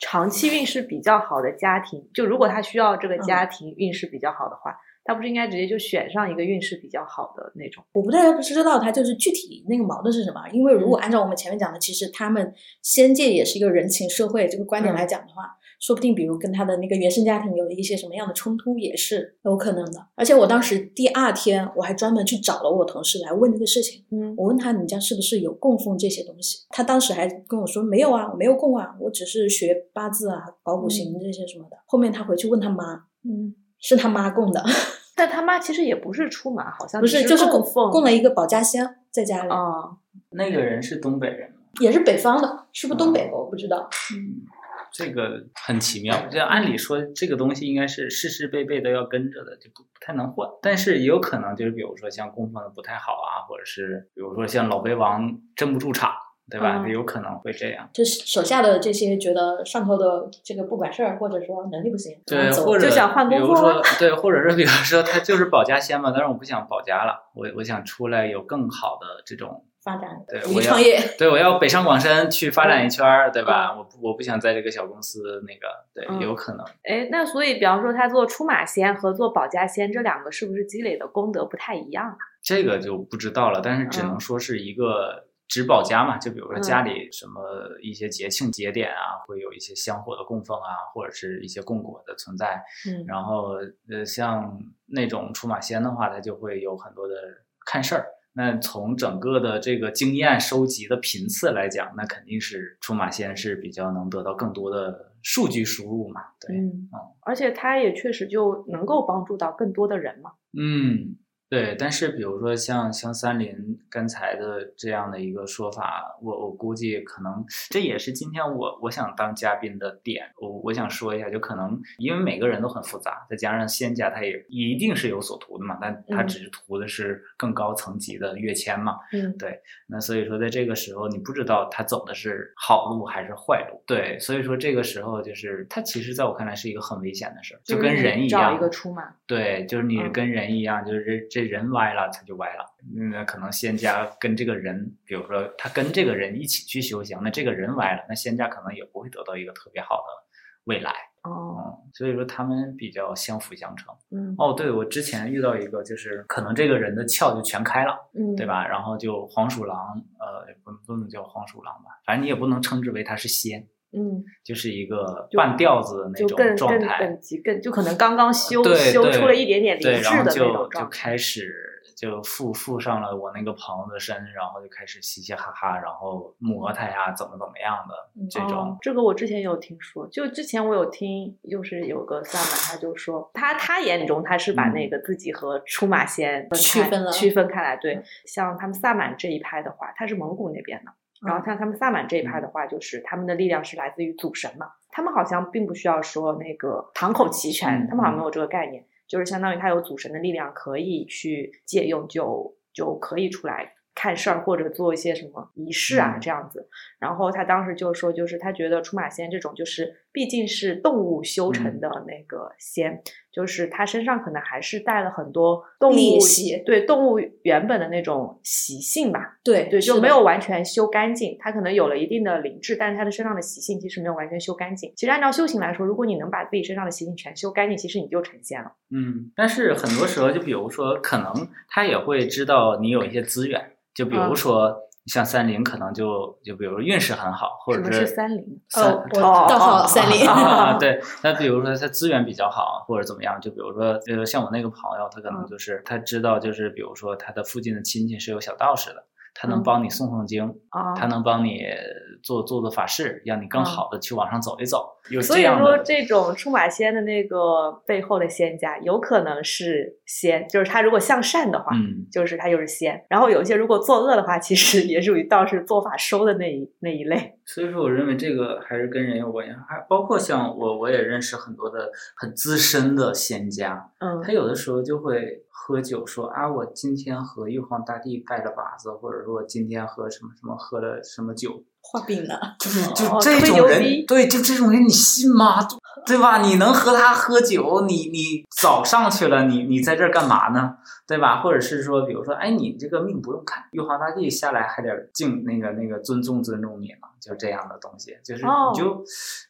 S2: 长期运势比较好的家庭。就如果他需要这个
S3: 嗯
S2: 家庭运势比较好的话，他不是应该直接就选上一个运势比较好的那种？
S3: 我不太知道他就是具体那个矛盾是什么，啊因为如
S2: 嗯
S3: 果按照我们前面讲的，其实他们仙界也是一个人情社会这个观
S2: 嗯
S3: 点来讲的话，说不定比如跟他的那个原生家庭有一些什么样的冲突也是有可能的。而且我当时第二天我还专门去找了我同事来问这个事情，
S2: 嗯
S3: 我问他你家是不是有供奉这些东西，他当时还跟我说没有啊，我没有供啊，我只是学八字啊、搞五行这些什么的。后面他回去问他妈，
S2: 嗯。
S3: 是他妈供的，
S2: 但他妈其实也不是出马，好像
S3: 不
S2: 只
S3: 是
S2: 是
S3: 就是
S2: 供奉
S3: 供了一个保家仙在家里。
S2: 哦，
S1: 那个人是东北人吗？
S3: 也是北方的，是不是东北
S1: 嗯
S3: 的？我不知道。
S1: 这个很奇妙，就按理说这个东西应该是世世辈辈都要跟着的，就不不太能换。但是也有可能就是，比如说像供奉的不太好啊，或者是比如说像老杯王镇不住场，对吧？
S2: 嗯
S1: 有可能会这样。
S3: 就是手下的这些觉得上头的这个不管事儿，或者说能力不行，然
S1: 对，
S3: 后走
S1: 或者
S2: 就想换
S1: 比
S2: 工
S1: 如
S2: 作
S1: 说
S2: 了，
S1: 对，或者是比如说他就是保家仙嘛，但是我不想保家了，我我想出来有更好的这种，
S3: 发展
S1: 对
S3: 努
S1: 我
S3: 力
S1: 要
S3: 创业。
S1: 对我要北上广
S2: 嗯
S1: 深去发展一圈儿，对吧？我不我不想在这个小公司那个，
S2: 嗯
S1: 对，有可能。
S2: 哎，那所以，比方说他做出马仙和做保家仙这两个，是不是积累的功德不太一样啊？
S1: 这个就不知道了，但是只能说是一个植保家嘛，就比如说
S2: 嗯
S1: 家里什么一些节庆节点啊，会有一些香火的供奉啊，或者是一些供果的存在。
S2: 嗯
S1: 然后呃，像那种出马仙的话，它就会有很多的看事儿。那从整个的这个经验收集的频次来讲，那肯定是出马仙是比较能得到更多的数据输入嘛。对，
S2: 嗯
S1: 哦，
S2: 而且他也确实就能够帮助到更多的人嘛。
S1: 嗯，对，但是比如说像像三林刚才的这样的一个说法，我我估计可能这也是今天我我想当嘉宾的点，我我想说一下，就可能因为每个人都很复杂，再加上仙家他也一定是有所图的嘛，但他
S3: 嗯
S1: 只是图的是更高层级的跃迁嘛，
S3: 嗯，
S1: 那所以说，在这个时候，你不知道他走的是好路还是坏路。对，所以说这个时候就是他其实在我看来是一个很危险的事儿，就是跟
S2: 你
S1: 人一
S2: 找
S1: 样
S2: 一，个出马，
S1: 对，就是你
S2: 嗯
S1: 跟人一样，就是这这人歪了，他就歪了。嗯那可能仙家跟这个人，比如说他跟这个人一起去修行，那这个人歪了，那仙家可能也不会得到一个特别好的未来。
S2: 哦，
S1: 嗯，所以说他们比较相辅相成。
S2: 嗯
S1: 哦，对，我之前遇到一个，就是可能这个人的窍就全开了。
S2: 嗯，
S1: 对？吧？然后就黄鼠狼，呃，也不不能叫黄鼠狼吧，反正你也不能称之为它是仙，
S2: 嗯，
S1: 就是一个
S2: 就
S1: 半吊子的那
S2: 就更
S1: 种状
S2: 更
S1: 态。嗯
S2: 等级更就可能刚刚修
S1: 对
S2: 修出
S1: 对
S2: 了一点点
S1: 对，
S2: 灵
S1: 然
S2: 智
S1: 后
S2: 的那
S1: 就
S2: 种
S1: 就
S2: 状态。
S1: 开始就附附上了我那个朋友的身，然后就开始嘻嘻哈哈，然后磨他呀，怎么怎么样的这
S2: 哦
S1: 种。，
S2: 这个我之前有听说，就之前我有听，就是有个萨满，他就说他他眼中他是把那
S1: 嗯
S2: 个自己和出马仙分
S3: 区
S2: 开
S3: 分了
S2: 区分开来。
S1: 嗯
S2: 对，像他们萨满这一派的
S1: 嗯
S2: 话，他是蒙古那边的，然后像他们萨满这一派的话，就是他们的力量是来自于祖神嘛，他们好像并不需要说那个堂口齐全，
S1: 嗯
S2: 他们好像没有这个概念，就是相当于他有祖神的力量可以去借用就，就可以出来看事儿或者做一些什么仪式啊、
S1: 嗯
S2: 这样子。然后他当时就说，就是他觉得出马仙这种就是毕竟是动物修
S1: 嗯
S2: 成的那个仙，就是他身上可能还是带了很多动
S3: 戾
S2: 物
S3: 气
S2: 对动物原本的那种习性吧，
S3: 对
S2: 对，
S3: 是
S2: 就
S3: 的哦
S2: 没有完全修干净。它可能有了一定的灵智，但是它的身上的习性其实没有完全修干净。其实按照修行来说，如果你能把自己身上的习性全修干净，其实你就成仙了。
S1: 嗯，但是很多时候，就比如说，可能他也会知道你有一些资源，就比如
S2: 嗯
S1: 说像三菱，可能就就比如运势很好，或
S2: 什
S1: 者
S2: 么是三菱？
S1: 三
S3: 哦我
S2: 哦
S3: 盗
S2: 哦
S3: 号三菱，
S1: 啊，对，那比如说他资源比较好，或者怎么样，就比如说，呃，像我那个朋友，他可能就是、他知道，就是比如说他的附近的亲戚是有小道士的，他能
S2: 嗯
S1: 帮你诵诵经，
S2: 啊，
S1: 他能帮你做做做法事，让你更
S2: 嗯
S1: 好的去往上走一走。有
S2: 所
S1: 这
S2: 以
S1: 样
S2: 说，
S1: 的，
S2: 这种出马仙的那个背后的仙家，有可能是仙，就是他如果向善的话，
S1: 嗯，
S2: 就是他就是仙。然后有一些如果作恶的话，其实也属于道士做法收的那一那一类。
S1: 所以说，我认为这个还是跟人有关系，还包括像我，我也认识很多的很资深的仙家，
S2: 嗯
S1: 他有的时候就会喝酒说啊，我今天和玉皇大帝拜了把子，或者说我今天和什么什么喝了什么酒，
S3: 画饼了，
S1: 就是
S2: 哦
S1: 就这
S2: 吹
S1: 种
S2: 牛
S1: 人，
S2: 逼
S1: 对，就这种人，你信吗？对吧？你能和他喝酒，你你早上去了，你你在这儿干嘛呢？对吧？或者是说，比如说，哎，你这个命不用看，玉皇大帝下来还得敬那个那个尊重尊重你呢，就这样的东西，就是
S2: 哦
S1: 你就、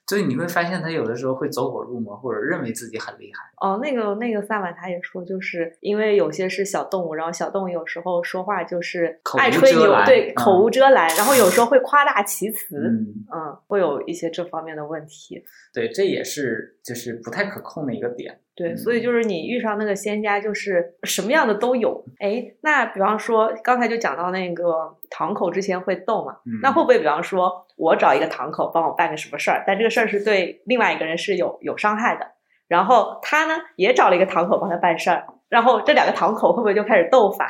S1: 对你会发现他有的时候会走火入魔，或者认为自己很厉害。
S2: 哦，那个那个萨满他也说，就是因为有些是小动物，然后小动物有时候说话就是
S1: 口
S2: 爱
S1: 无
S2: 吹
S1: 遮
S2: 牛，
S1: 拦
S2: 对，
S1: 嗯
S2: 口无遮拦，然后有时候会夸大其词，
S1: 嗯，
S2: 嗯，会有一些这方面的问题。
S1: 对，这也是就是不太可控的一个点。
S2: 对，
S1: 嗯
S2: 所以就是你遇上那个仙家，就是什么样的都有。哎，那比方说刚才就讲到那个堂口之前会斗嘛，
S1: 嗯、
S2: 那会不会比方说我找一个堂口帮我办个什么事儿，但这个事儿是对另外一个人是有有伤害的，然后他呢也找了一个堂口帮他办事儿，然后这两个堂口会不会就开始斗法？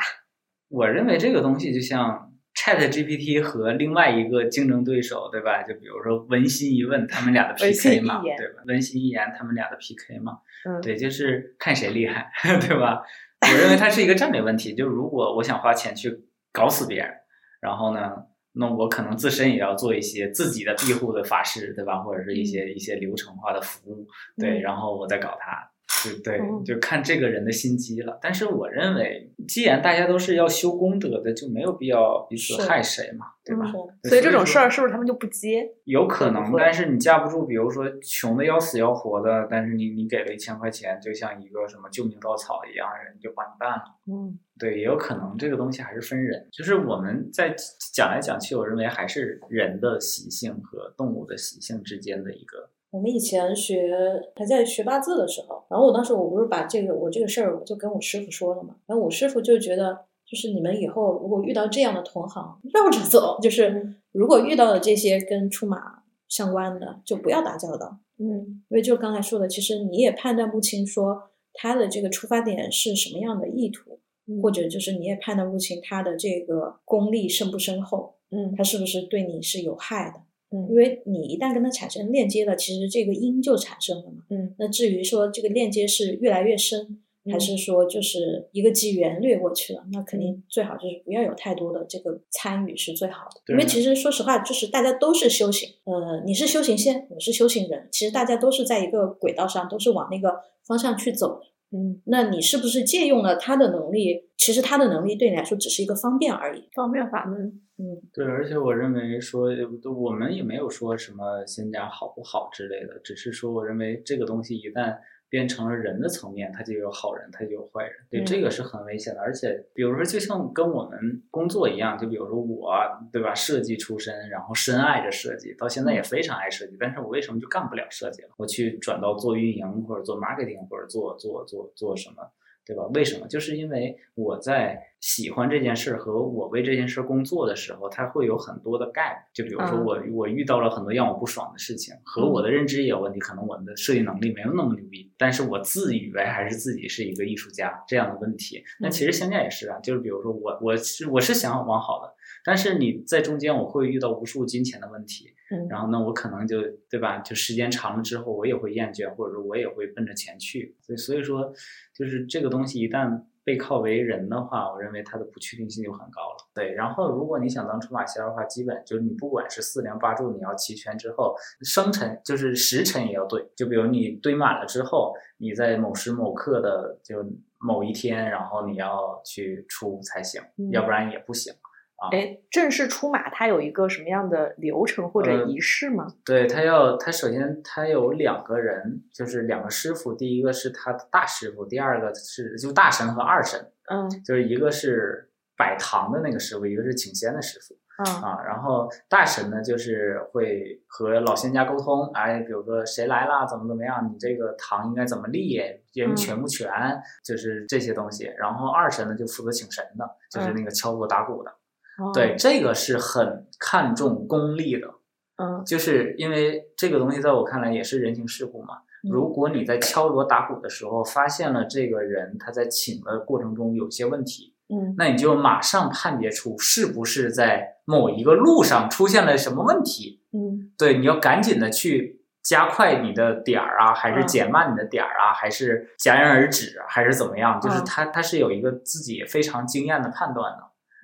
S1: 我认为这个东西就像 Chat GPT 和另外一个竞争对手，对吧？就比如说文心一问，他们俩的
S2: 文心
S1: PK 嘛，
S2: 一言
S1: 对吧？文心一言，他们俩的 PK 嘛，
S2: 嗯，
S1: 对，就是看谁厉害， 对吧？我认为它是一个战略问题，就是如果我想花钱去搞死别人，然后呢，那我可能自身也要做一些自己的庇护的法事，对吧？或者是一些一些流程化的服务，对，
S2: 嗯
S1: 然后我再搞他，就对
S2: 嗯，
S1: 就看这个人的心机了。但是我认为，既然大家都是要修功德的，就没有必要彼此
S3: 是
S1: 害谁嘛，对吧？对
S2: 嗯所以这种事
S1: 说
S2: 儿是不是他们就不接？
S1: 有可
S2: 会不
S1: 能，
S2: 会
S1: 但是你架不住，比如说穷的要死要活的，但是你你给了一千块钱，就像一个什么救命稻草一样，人就把你办了。
S2: 嗯，
S1: 对，也有可能这个东西还是分人，就是我们在讲来讲去，我认为还是人的习性和动物的习性之间的一个，
S3: 我们以前学还在学八字的时候，然后我当时我不是把这个我这个事儿我就跟我师傅说了嘛，然后我师傅就觉得就是你们以后如果遇到这样的同行，绕着走，就是如果遇到了这些跟出马相关的，就不要打交道。
S2: 嗯，
S3: 因为就刚才说的，其实你也判断不清说他的这个出发点是什么样的意图，
S2: 嗯
S3: 或者就是你也判断不清他的这个功力深不深厚，
S2: 嗯
S3: 他是不是对你是有害的。
S2: 嗯
S3: 因为你一旦跟他产生链接了，其实这个因就产生了嘛。
S2: 嗯
S3: 那至于说这个链接是越来越深，还
S2: 嗯
S3: 是说就是一个机缘掠过去了，那肯定
S2: 嗯
S3: 最好就是不要有太多的这个参与是最好的。
S2: 啊
S1: 对
S3: 因为其实说实话，就是大家都是修行，呃，你是修行仙，我是修行人，其实大家都是在一个轨道上，都是往那个方向去走。
S2: 嗯，
S3: 那你是不是借用了他的能力？其实他的能力对你来说只是一个方便而已。
S2: 方便法门，
S3: 嗯，
S1: 对，而且我认为说，呃我们也没有说什么仙家好不好之类的，只是说我认为这个东西一旦变成了人的层面，它就有好人，它就有坏人，对，这个是很危险的。而且，比如说，就像跟我们工作一样，就比如说我，对吧，设计出身，然后深爱着设计，到现在也非常爱设计，但是我为什么就干不了设计了？我去转到做运营，或者做 marketing，或者做做做做什么？对吧？为什么？就是因为我在喜欢这件事儿和我为这件事儿工作的时候，它会有很多的 gap。就比如说
S2: 嗯
S1: 我、我遇到了很多让我不爽的事情，和我的认知也有问题，可能我的设计能力没有那么牛逼，但是我自以为还是自己是一个艺术家这样的问题。那其实现在也是啊，就是比如说我我是我是想往好的，但是你在中间我会遇到无数金钱的问题，
S2: 嗯
S1: 然后呢，我可能就对吧？就时间长了之后，我也会厌倦，或者说我也会奔着钱去。所以所以说，就是这个东西一旦背靠为人的话，我认为它的不确定性就很高了。对，然后如果你想当出马仙儿的话，基本就是你不管是四梁八柱，你要齐全之后，生辰就是时辰也要对。就比如你堆满了之后，你在某时某刻的就某一天，然后你要去出才行，
S2: 嗯
S1: 要不然也不行。
S2: 哎，正式出马它有一个什么样的流程或者
S1: 呃
S2: 仪式吗？
S1: 对他要，他首先他有两个人，就是两个师傅，第一个是他的大师傅，第二个是就大神和二神，
S2: 嗯
S1: 就是一个是摆堂的那个师傅，一个是请仙的师傅。
S2: 嗯
S1: 啊，然后大神呢，就是会和老仙家沟通，哎，比如说谁来啦，怎么怎么样，你这个堂应该怎么立，人全不全，就是这些东西。然后二神呢，就负责请神的，就是那个敲锣打鼓的。
S2: 哦
S1: 对，这个是很看重功力的，
S2: 嗯
S1: 就是因为这个东西在我看来也是人情世故嘛。
S3: 嗯
S1: 如果你在敲锣打鼓的时候发现了这个人他在请的过程中有些问题，
S2: 嗯
S1: 那你就马上判别出是不是在某一个路上出现了什么问题。
S2: 嗯
S1: 对，你要赶紧的去加快你的点儿啊，还是
S2: 嗯
S1: 减慢你的点儿啊，还是戛然而止，还是怎么样？就是
S2: 嗯
S1: 他他是有一个自己非常经验的判断的，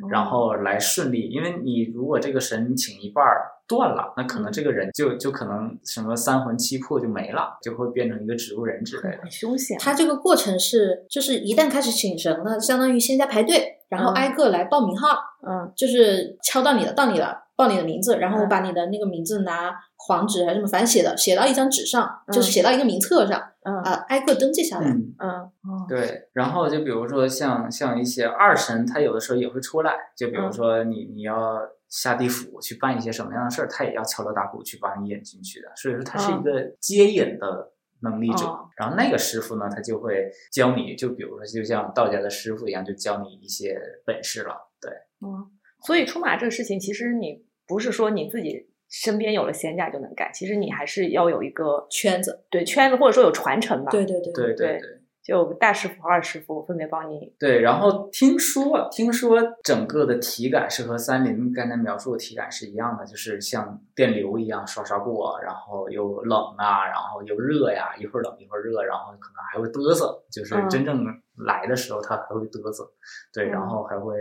S2: 哦
S1: 然后来顺利。因为你如果这个神请一半儿断了，那
S2: 嗯
S1: 可能这个人就就可能什么三魂七魄就没了，就会变成一个植物人之类的。
S2: 嗯很凶险。
S3: 它这个过程是，就是一旦开始请神了，相当于先在排队，然后
S2: 嗯
S3: 挨个来报名号，
S2: 嗯
S3: 就是敲到你了，到你了，报你的名字，然后我
S2: 嗯
S3: 把你的那个名字拿黄纸还是什么，反正写的写到一张纸上，
S2: 嗯
S3: 就是写到一个名册上，
S2: 嗯
S3: 啊，挨个登记下来。
S1: 嗯，
S2: 嗯哦
S1: 对，然后就比如说像像一些二神，他有的时候也会出来，就比如
S2: 嗯
S1: 说你你要下地府去办一些什么样的事儿，他也要敲锣打鼓去把你引进去的，所以说他是一
S2: 嗯
S1: 个接引的能力者。
S2: 哦
S1: 然后那个师傅呢，他就会教你，就比如说就像道家的师傅一样，就教你一些本事了。对，
S2: 哦，所以出马这个事情，其实你不是说你自己身边有了闲家就能干，其实你还是要有一个
S3: 圈子，
S2: 对圈子或者说有传承吧。
S3: 对，对对，
S1: 对
S2: 对
S1: 对。
S2: 就大师傅、二师傅分别帮你。
S1: 对，然后听说听说整个的体感是和三林刚才描述的体感是一样的，就是像电流一样刷刷过，然后又冷啊，然后又热呀、一会儿冷一会儿热，然后可能还会嘚瑟，就是
S2: 嗯
S1: 真正来的时候它还会嘚瑟，对，然
S2: 嗯
S1: 后还会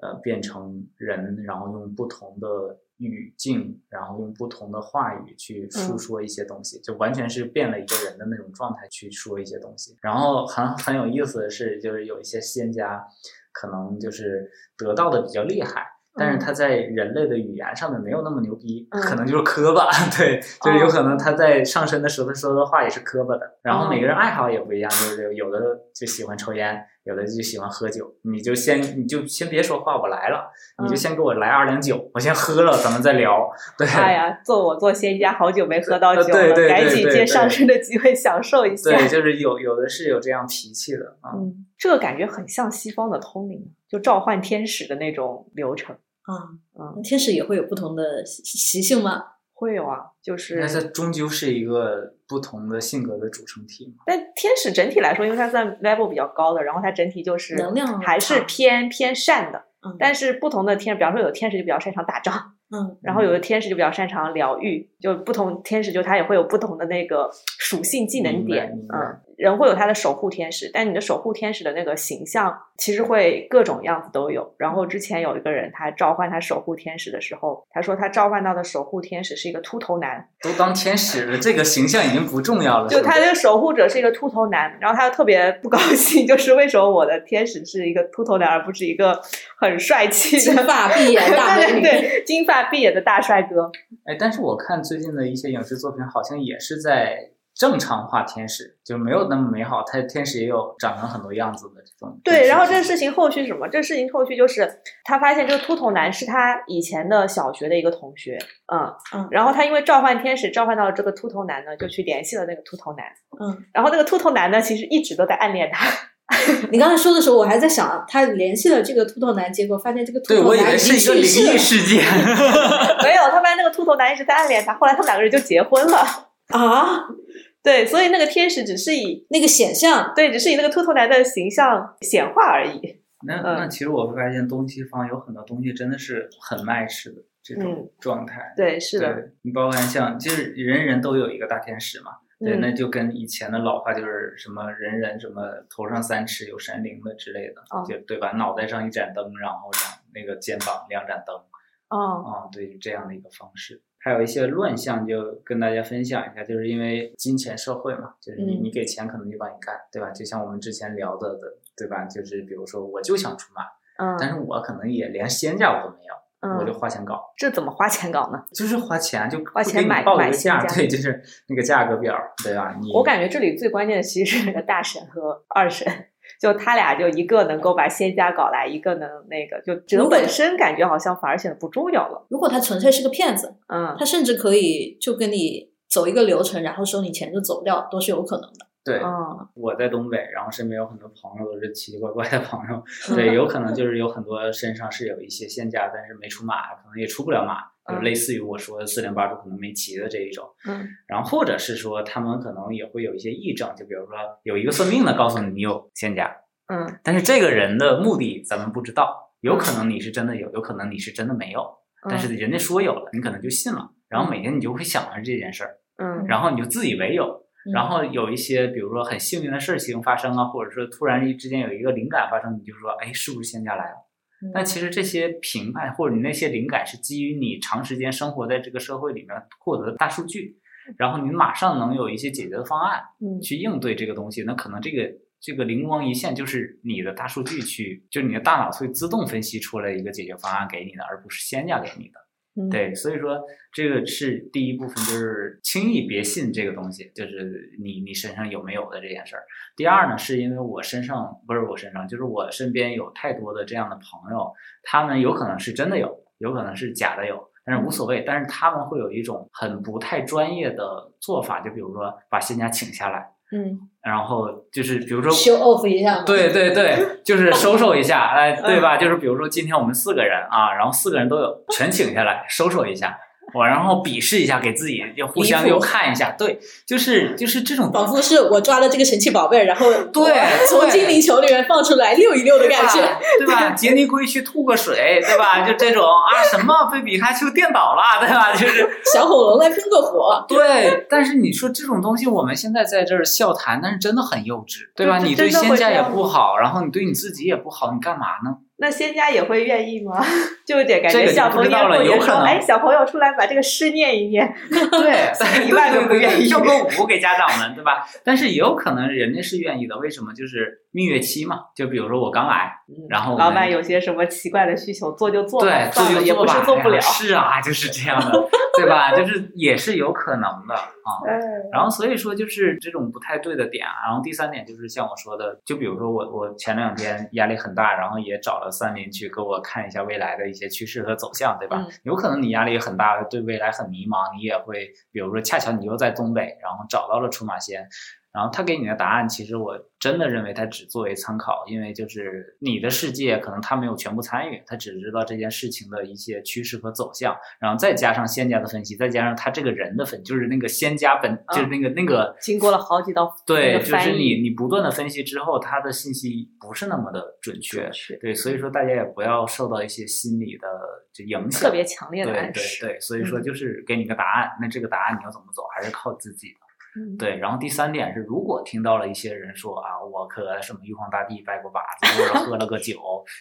S1: 呃变成人，然后用不同的语境，然后用不同的话语去述
S2: 嗯
S1: 说一些东西，就完全是变了一个人的那种状态去说一些东西。然后很很有意思的是，就是有一些仙家可能就是得到的比较厉害。但是
S2: 嗯
S1: 他在人类的语言上面没有那么牛逼，
S2: 嗯
S1: 可能就是磕巴，对，就是有
S2: 哦
S1: 可能他在上身的时候，他说的话也是磕巴的。然后每个
S2: 嗯
S1: 人爱好也不一样，就是有的就喜欢抽烟，有的就喜欢喝酒。你就先你就先别说话，我来了，你就
S2: 嗯
S1: 先给我来二两酒，我先喝了，咱们再聊。 对，
S2: 哎呀，做我做仙家好久没喝到
S1: 呃
S2: 酒
S1: 对
S2: 了，
S1: 对
S2: 赶
S1: 对
S2: 紧
S1: 对
S2: 借
S1: 对
S2: 上升的机会享受一下。
S1: 对，就是有有的是有这样脾气的啊。
S2: 嗯，这个感觉很像西方的通灵，就召唤天使的那种流程。
S3: 啊，
S2: 嗯，
S3: 天使也会有不同的习习性吗？
S2: 会有啊，就是
S1: 那它终究是一个不同的性格的组成体嘛。
S2: 但天使整体来说，因为它算 level 比较高的，然后它整体就是
S3: 能量
S2: 还是
S3: 场
S2: 偏偏善的。
S3: 嗯，
S2: 但是不同的天，比方说有天使就比较擅长打仗，
S3: 嗯，
S2: 然后有的天使就比较擅长疗愈，就不同天使就它也会有不同的那个属性技能
S1: 明白
S2: 点
S1: 明，白
S2: 嗯，人会有他的守护天使，但你的守护天使的那个形象其实会各种样子都有。然后之前有一个人他召唤他守护天使的时候，他说他召唤到的守护天使是一个秃头男，
S1: 都当天使了，这个形象已经不重要了。
S2: 就是
S1: 不哦
S2: 他
S1: 是
S2: 这个守护者是一个秃头男，然后他就特别不高兴， 就是为什么我的天使是一个秃头男，而不是一个很帅气
S3: 金
S2: 的。
S3: 发碧眼大美
S2: 对对
S3: 女，
S2: 对，金发碧眼的大帅哥，
S1: 哎，但是我看最近的一些影视作品，好像也是在正常化天使，就没有那么美好。它天使也有长成很多样子的这种。
S2: 对，然后这
S1: 种
S2: 个事情后续是什么？这事情后续就是他发现这个秃头男是他以前的小学的一个同学，嗯
S3: 嗯
S2: 然后他因为召唤天使召唤到了这个秃头男呢，就去联系了那个秃头男，
S3: 嗯，
S2: 然后那个秃头男呢其实一直都在暗恋他，
S3: 你刚才说的时候，我还在想，啊他联系了这个秃头男，结果发现这个秃
S1: 对
S3: 头
S1: 我以
S3: 男
S1: 为
S3: 已
S1: 是
S3: 经
S1: 一个
S3: 去世
S1: 灵异
S3: 了
S1: 事件。
S2: 没有，他发现那个秃头男一直在暗恋他，后来他们两个人就结婚了。
S3: 啊，
S2: 对，所以那个天使只是以
S3: 那个显象
S2: 对，只是以那个秃头男的形象显化而已。
S1: 那
S2: 嗯
S1: 那其实我会发现东西方有很多东西真的是很 match 的这种
S2: 嗯
S1: 状态。
S2: 对，是的，
S1: 对，你包含像就是人人都有一个大天使嘛，对，
S2: 嗯
S1: 那就跟以前的老话就是什么人人什么头上三尺有神灵的之类的，
S2: 哦
S1: 就对吧？脑袋上一盏灯，然后两那个肩膀两盏灯
S2: 哦，
S1: 啊、对，就这样的一个方式。还有一些乱象，就跟大家分享一下，就是因为金钱社会嘛，就是你、
S3: 嗯
S1: 你给钱可能就帮你干，对吧？就像我们之前聊的的，对吧？就是比如说我就想出马，
S2: 嗯
S1: 但是我可能也连仙家我都没有，我就
S2: 嗯，
S1: 花钱搞，
S2: 这怎么花钱搞呢？
S1: 就是花钱就
S2: 花钱
S1: 给你
S2: 买
S1: 报一
S2: 买
S1: 个
S2: 仙
S1: 价，
S2: 家
S1: 对，就是那个价格表，对吧？你
S2: 我感觉这里最关键的其实是那个大神和二神，就他俩就一个能够把仙家搞来，一个能那个，就这
S3: 如
S2: 个
S3: 果
S2: 本身感觉好像反而显得不重要了。
S3: 如果他纯粹是个骗子，
S2: 嗯
S3: 他甚至可以就跟你走一个流程，然后收你钱就走掉，都是有可能的。
S1: 对，
S2: 嗯
S1: 我在东北，然后身边有很多朋友都是奇奇怪怪的朋 友，
S2: 嗯
S1: 对，有可能就是有很多身上是有一些限价，但是没出马，可能也出不了马，就
S2: 嗯
S1: 类似于我说的四零八柱可能没骑的这一种。
S2: 嗯
S1: 然后或者是说他们可能也会有一些癔症，就比如说有一个算命的告诉你你有限价，
S2: 嗯
S1: 但是这个人的目的咱们不知道，有可能你是真的有，有可能你是真的没有，
S2: 嗯
S1: 但是人家说有了，你可能就信了，然后每天你就会想着这件事儿，
S2: 嗯
S1: 然后你就自以为有，
S3: 嗯
S1: 然后有一些，比如说很幸运的事情发生啊，或者说突然之间有一个灵感发生，你就说，哎，是不是仙家来了？
S3: 嗯
S1: 但其实这些评判或者你那些灵感是基于你长时间生活在这个社会里面获得的大数据，然后你马上能有一些解决的方案
S2: 嗯
S1: 去应对这个东西，那可能这个这个灵光一现就是你的大数据去，就是你的大脑会自动分析出来一个解决方案给你的，而不是仙家给你的。
S2: 嗯，
S1: 对，所以说这个是第一部分，就是轻易别信这个东西，就是你你身上有没有的这件事儿。第二呢，是因为我身上不是我身上，就是我身边有太多的这样的朋友，他们有可能是真的有，有可能是假的有，但
S2: 嗯
S1: 是无所谓。但是他们会有一种很不太专业的做法，就比如说把仙家请下来，
S2: 嗯
S1: 然后就是比如说
S3: show
S2: 哦
S3: off 一下嘛，
S1: 对对 对，就是收收一下，哎，对
S2: 嗯
S1: 吧？就是比如说今天我们四个人啊，然后四个人都有全请下来收收一下，我然后比试一下，给自己就互相
S3: 离谱
S1: 又看一下，对，就是就是这种
S3: 仿佛是我抓了这个神奇宝贝，然后
S1: 对
S3: 从精灵球里面放出来溜一溜的感
S1: 对
S3: 觉
S1: 吧。对 吧？杰尼龟去吐个水，对吧？就这种啊，什么被比卡丘电倒了，对吧？就是
S3: 小火龙来喷个火，
S1: 对，但是你说这种东西，我们现在在这儿笑谈，但是真的很幼稚，对吧？
S2: 对
S1: 你
S2: 真
S1: 对
S2: 的会
S1: 仙家
S2: 这
S1: 也
S2: 样
S1: 不好，然后你对你自己也不好，你干嘛呢？
S2: 那仙家也会愿意吗？ 就得感
S1: 这
S2: 觉
S1: 个就
S2: 小
S1: 不
S2: 朋
S1: 知
S2: 友
S1: 道了
S2: 会
S1: 有
S2: 觉
S1: 可
S2: 说，
S1: 能
S2: 哎，小朋友出来把这个诗念一念。
S1: 对，
S2: 一万个不愿意
S1: 要个五给家长们，对吧？但是也有可能人家是愿意的，为什么？就是蜜月期嘛，就比如说我刚来，然后我
S2: 嗯老
S1: 们
S2: 板有些什么奇怪的需求，做就做吧，
S1: 对，
S2: 算了，
S1: 这
S2: 也
S1: 就做
S2: 不
S1: 吧，
S2: 是做不
S1: 哎
S2: 了
S1: 呀。是啊，就是这样的，对吧？就是也是有可能的啊。
S2: 嗯
S1: 然后所以说就是这种不太对的点啊。然后第三点就是像我说的，就比如说我我前两天压力很大，然后也找了三林去给我看一下未来的一些趋势和走向，对吧？
S2: 嗯
S1: 有可能你压力也很大，对未来很迷茫，你也会比如说恰巧你又在东北，然后找到了出马仙。然后他给你的答案，其实我真的认为他只作为参考，因为就是你的世界可能他没有全部参与，他只知道这件事情的一些趋势和走向，然后再加上仙家的分析，再加上他这个人的分，就是那个仙家本，就是那个那个
S2: 经过了好几道嗯那
S1: 对，
S2: 个
S1: 就
S2: 翻
S1: 是
S2: 译，
S1: 你你不断的分析之后，他的信息不是那么的准确，
S2: 是
S1: 对，所以说大家也不要受到一些心理的就影响，
S2: 特别强烈
S1: 对
S2: 的
S1: 对
S2: 暗示。
S1: 对，所以说
S2: 嗯
S1: 就是给你个答案，那这个答案你要怎么走，还是靠自己的。
S2: 嗯
S1: 对，然后第三点是，如果听到了一些人说啊，我可什么玉皇大帝拜过把子，或者喝了个 酒，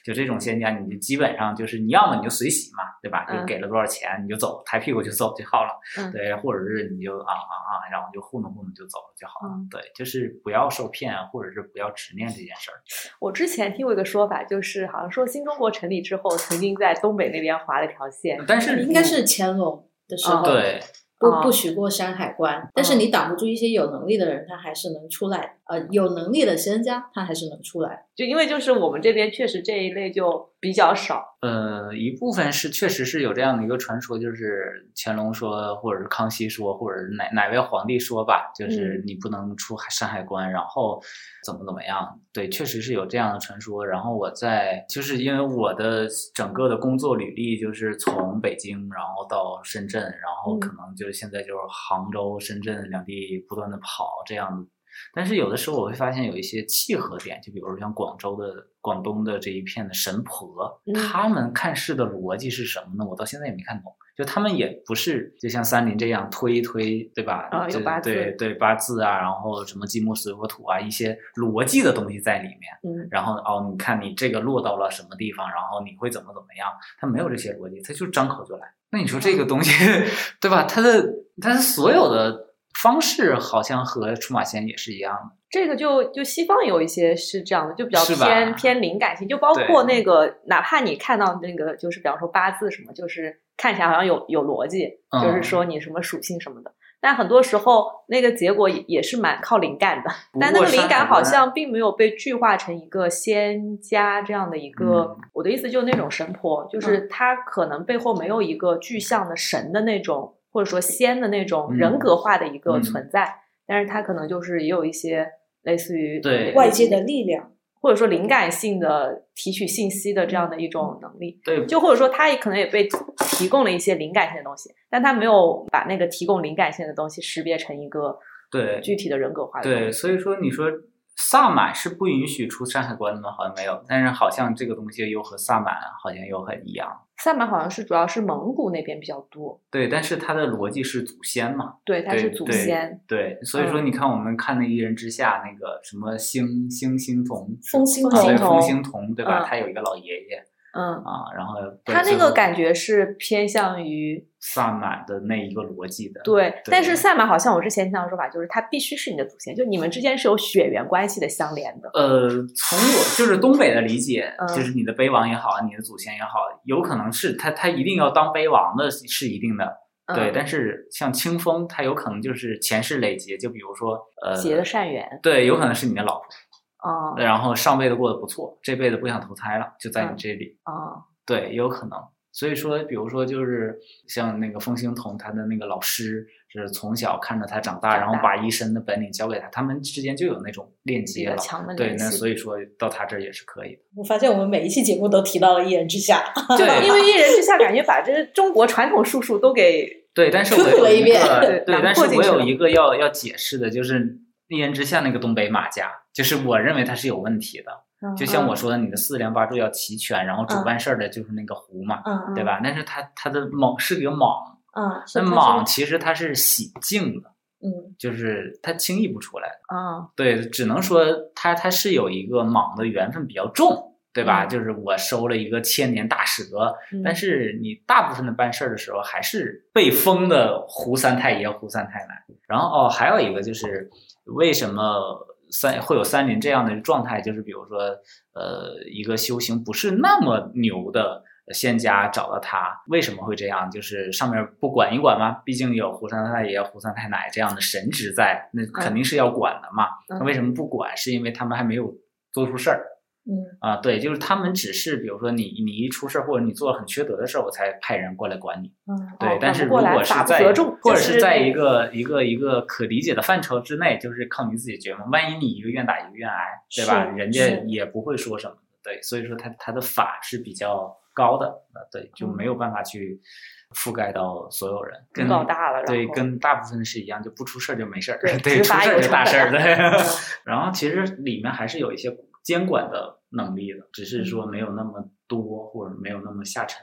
S1: 就这种仙家，你就基本上就是你要么你就随喜嘛，对吧？就
S2: 嗯
S1: 给了多少钱你就走，抬屁股就走就好了，
S2: 嗯
S1: 对，或者是你就啊啊啊，然后就糊弄糊弄就走了就好了，
S2: 嗯
S1: 对，就是不要受骗，啊或者是不要执念这件事儿。
S2: 我之前听过一个说法，就是好像说新中国成立之后，曾经在东北那边划了条线。
S1: 但是啊
S3: 应该是乾隆的时候，
S2: 嗯
S1: 对，啊
S3: 不
S2: 哦
S3: 不许过山海关，但是你挡不住一些有能力的人，他还是能出来。呃，有能力的仙家，他还是能出来。
S2: 就因为就是我们这边确实这一类就比较少，
S1: 呃，一部分是确实是有这样的一个传说，就是乾隆说，或者是康熙说，或者是哪哪位皇帝说吧，就是
S2: 嗯
S1: 你不能出海山海关，然后怎么怎么样。对，确实是有这样的传说。然后我在就是因为我的整个的工作履历就是从北京，然后到深圳，然后可能就是现在就是杭州、深圳两地不断的跑这样。但是有的时候我会发现有一些契合点，就比如说像广州的、广东的这一片的神婆，
S3: 嗯
S1: 他们看事的逻辑是什么呢？我到现在也没看懂。就他们也不是就像三林这样推一推，对吧？
S2: 啊有
S1: 这
S2: 八字
S1: 对对八字啊，然后什么金木水火土啊，一些逻辑的东西在里面。
S2: 嗯，
S1: 然后哦，你看你这个落到了什么地方，然后你会怎么怎么样？他没有这些逻辑，他就张口就来。那你说这个东西，
S2: 嗯
S1: 对吧？他的他的所有的方式好像和出马仙也是一样的。
S2: 这个就就西方有一些是这样的，就比较
S1: 是吧
S2: 偏偏灵感型，就包
S1: 对
S2: 括那个，哪怕你看到那个，就是比方说八字什么，就是看起来好像有有逻辑，
S1: 嗯
S2: 就是说你什么属性什么的，但很多时候那个结果也也是蛮靠灵感的，
S1: 不
S2: 但那
S1: 过
S2: 个灵
S1: 山
S2: 感
S1: 海
S2: 好
S1: 关
S2: 像并没有被具化成一个仙家这样的一个，
S1: 嗯
S2: 我的意思就是那种神婆，就是她可能背后没有一个具象的神的那种，或者说仙的那种
S1: 嗯
S2: 人格化的一个
S1: 嗯
S2: 存在，但是她可能就是也有一些类似于呃
S1: 对
S3: 外界的力量，
S2: 或者说灵感性的提取信息的这样的一种能力，
S1: 对
S2: 就或者说他也可能也被提供了一些灵感性的东西，但他没有把那个提供灵感性的东西识别成一个
S1: 对
S2: 具体的人格化的
S1: 对，
S2: 东西。
S1: 所以说你说萨满是不允许出山海关的吗？好像没有，但是好像这个东西又和萨满好像又很一样。
S2: 萨满好像是主要是蒙古那边比较多，
S1: 对，但是它的逻辑是祖先嘛，
S2: 对，它
S1: 对
S2: 是祖
S1: 对
S2: 先，
S1: 对，所以说
S2: 嗯
S1: 你看我们看那《一人之下》那个什么星星星童，
S3: 风心
S1: 啊，对，
S2: 同
S1: 风星童，对吧？
S2: 嗯
S1: 他有一个老爷爷
S2: 嗯，
S1: 啊，然后
S2: 他那个感
S1: 觉
S2: 觉是偏向于
S1: 萨满的那一个逻辑的，
S2: 对，但是萨满好像我之前听到的说法就是他必须是你的祖先，就你们之间是有血缘关系的相连的，
S1: 呃，从我就是东北的理解，
S2: 嗯
S1: 就是你的碑王也好，你的祖先也好，有可能是他他一定要当碑王的是是一定的，
S2: 嗯、
S1: 对。但是像清风，他有可能就是前世累劫，就比如说呃，
S2: 结的善缘，
S1: 对，有可能是你的老婆，
S2: 啊、
S1: 然后上辈子过得不错，这辈子不想投胎了，就在你
S2: 嗯
S1: 这里，
S2: 啊、
S1: 对，也有可能。所以说，比如说，就是像那个风兴童，他的那个老师是从小看着他长大，
S2: 长
S1: 然后
S2: 大
S1: 把一身的本领教给他，他们之间就有那种链
S2: 比
S1: 接
S2: 较
S1: 了。
S2: 强的
S1: 对，
S2: 联
S1: 那
S2: 系
S1: 所以说到他这儿也是可以的。
S3: 我发现我们每一期节目都提到了一人之下，
S1: 对
S2: 因为一人之下，感觉把这中国传统术数都给
S1: 对，但是
S3: 科
S1: 我
S3: 普
S1: 有
S3: 了一
S1: 一
S3: 遍
S1: 个
S2: 对
S1: 对，但是
S2: 囊括进
S1: 我
S2: 去
S1: 有
S2: 了
S1: 一个要要解释的，就是一人之下那个东北马甲，就是我认为它是有问题的。
S2: 嗯
S1: 就像我说的，你的四梁八柱要齐全，然后主
S3: 嗯
S1: 办事儿的就是那个胡嘛，
S3: 嗯嗯
S1: 对吧？但是他他的猛是个莽，
S3: 嗯，
S1: 那
S3: 是
S1: 莽其实它是喜静的。
S3: 嗯
S1: 就是它轻易不出来的。
S2: 啊、
S1: 对，只能说它它是有一个蟒的缘分比较重，对吧？
S2: 嗯
S1: 就是我收了一个千年大蛇，
S2: 嗯
S1: 但是你大部分的办事儿的时候还是被封的胡三太爷、胡三太奶。然后哦，还有一个就是为什么？三会有三林这样的状态，就是比如说，呃，一个修行不是那么牛的仙家找到他，为什么会这样？就是上面不管一管吗？毕竟有胡三太爷、胡三太奶这样的神职在，那肯定是要管的嘛。
S2: 嗯
S1: 那为什么不管？是因为他们还没有做出事儿。
S3: 嗯
S1: 啊，对，就是他们只是，比如说你你一出事儿，或者你做了很缺德的事儿，我才派人过来管你。
S3: 嗯
S1: 对，
S2: 哦
S1: 但
S2: 反
S1: 是
S2: 不
S1: 如
S2: 过来
S1: 果是
S2: 法不
S1: 在
S2: 责众
S1: 或者
S2: 就是
S1: 是在
S2: 那
S1: 一个一个一个可理解的范畴之内，就是靠你自己决嘛。万一你一个愿打一个愿挨，对吧？
S3: 是
S1: 人家
S3: 是
S1: 也不会说什么。对，所以说他他的法是比较高的，呃，对，就
S2: 嗯
S1: 没有办法去覆盖到所有人，跟
S2: 搞大了，然
S1: 对，
S2: 后
S1: 跟大部分是一样，就不出事儿就没事儿，
S2: 对
S1: 对，
S2: 执
S1: 出
S2: 法
S1: 事
S2: 有
S1: 儿就
S2: 成
S1: 大
S2: 本
S1: 事儿，
S2: 嗯
S1: 对。然后其实里面还是有一些监管的能力的，只是
S2: 嗯
S1: 说没有那么多，或者没有那么下 沉。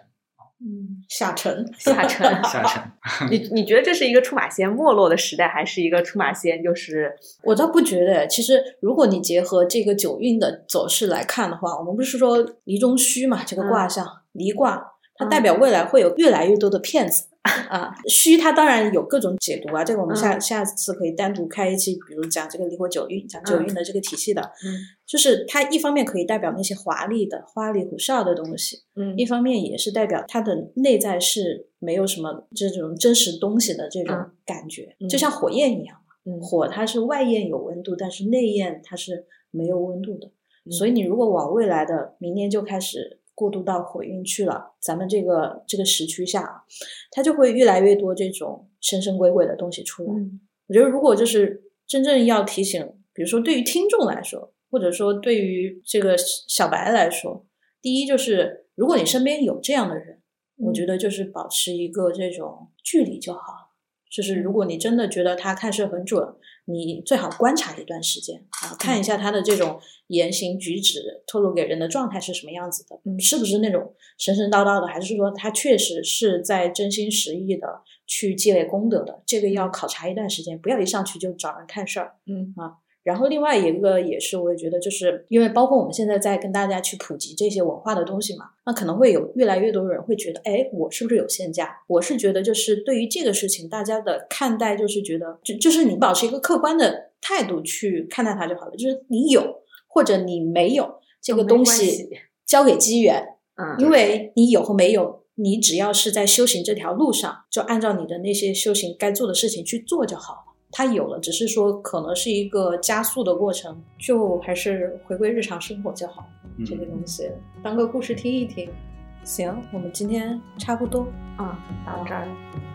S3: 嗯，下沉，
S2: 下沉。
S1: 下沉，
S2: 你你觉得这是一个出马仙没落的时代，还是一个出马仙就是
S3: 我倒不觉得，其实如果你结合这个九运的走势来看的话，我们不是说离中虚嘛，这个卦
S2: 嗯
S3: 象离卦，它代表未来会有越来越多的 骗子。啊，虚它当然有各种解读啊，这个我们下、
S2: 嗯
S3: 下次可以单独开一期，比如讲这个离火九运，讲
S2: 嗯
S3: 九运的这个体系的，
S2: 嗯
S3: 就是它一方面可以代表那些华丽的、花里胡哨的东西，
S2: 嗯
S3: 一方面也是代表它的内在是没有什么这种真实东西的这种
S2: 嗯
S3: 感觉，
S2: 嗯
S3: 就像火焰一样。
S2: 嗯
S3: 火它是外焰有温度，但是内焰它是没有温度的。
S2: 嗯
S3: 所以你如果往未来的明年就开始过渡到火运去了，咱们这个这个时区下啊，它就会越来越多这种神神鬼鬼的东西出来。
S2: 嗯
S3: 我觉得如果就是真正要提醒，比如说对于听众来说，或者说对于这个小白来说，第一就是如果你身边有这样的人，我觉得就是保持一个这种距离就好了。就是如果你真的觉得他看事很准，你最好观察一段时间啊，看一下他的这种言行举止透露给人的状态是什么样子的，嗯，是不是那种神神叨叨的，还是说他确实是在真心实意的去积累功德的？这个要考察一段时间，不要一上去就找人看事儿。啊
S2: 嗯
S3: 然后另外一个也是，我也觉得就是因为包括我们现在在跟大家去普及这些文化的东西嘛，那可能会有越来越多人会觉得，哎，我是不是有限价？我是觉得就是对于这个事情，大家的看待就是觉得，就就是你保持一个客观的态度去看待它就好了，就是你有或者你没有这个
S2: 都没
S3: 东
S2: 关
S3: 西
S2: 系，
S3: 交给机缘，
S2: 嗯，
S3: 因为你有和没有，你只要是在修行这条路上，就按照你的那些修行该做的事情去做就好了。它有了，只是说可能是一个加速的过程，就还是回归日常生活就好。
S1: 嗯
S3: 这个东西当个故事听一听。行，我们今天差不多。
S2: 嗯，到这儿。
S3: 嗯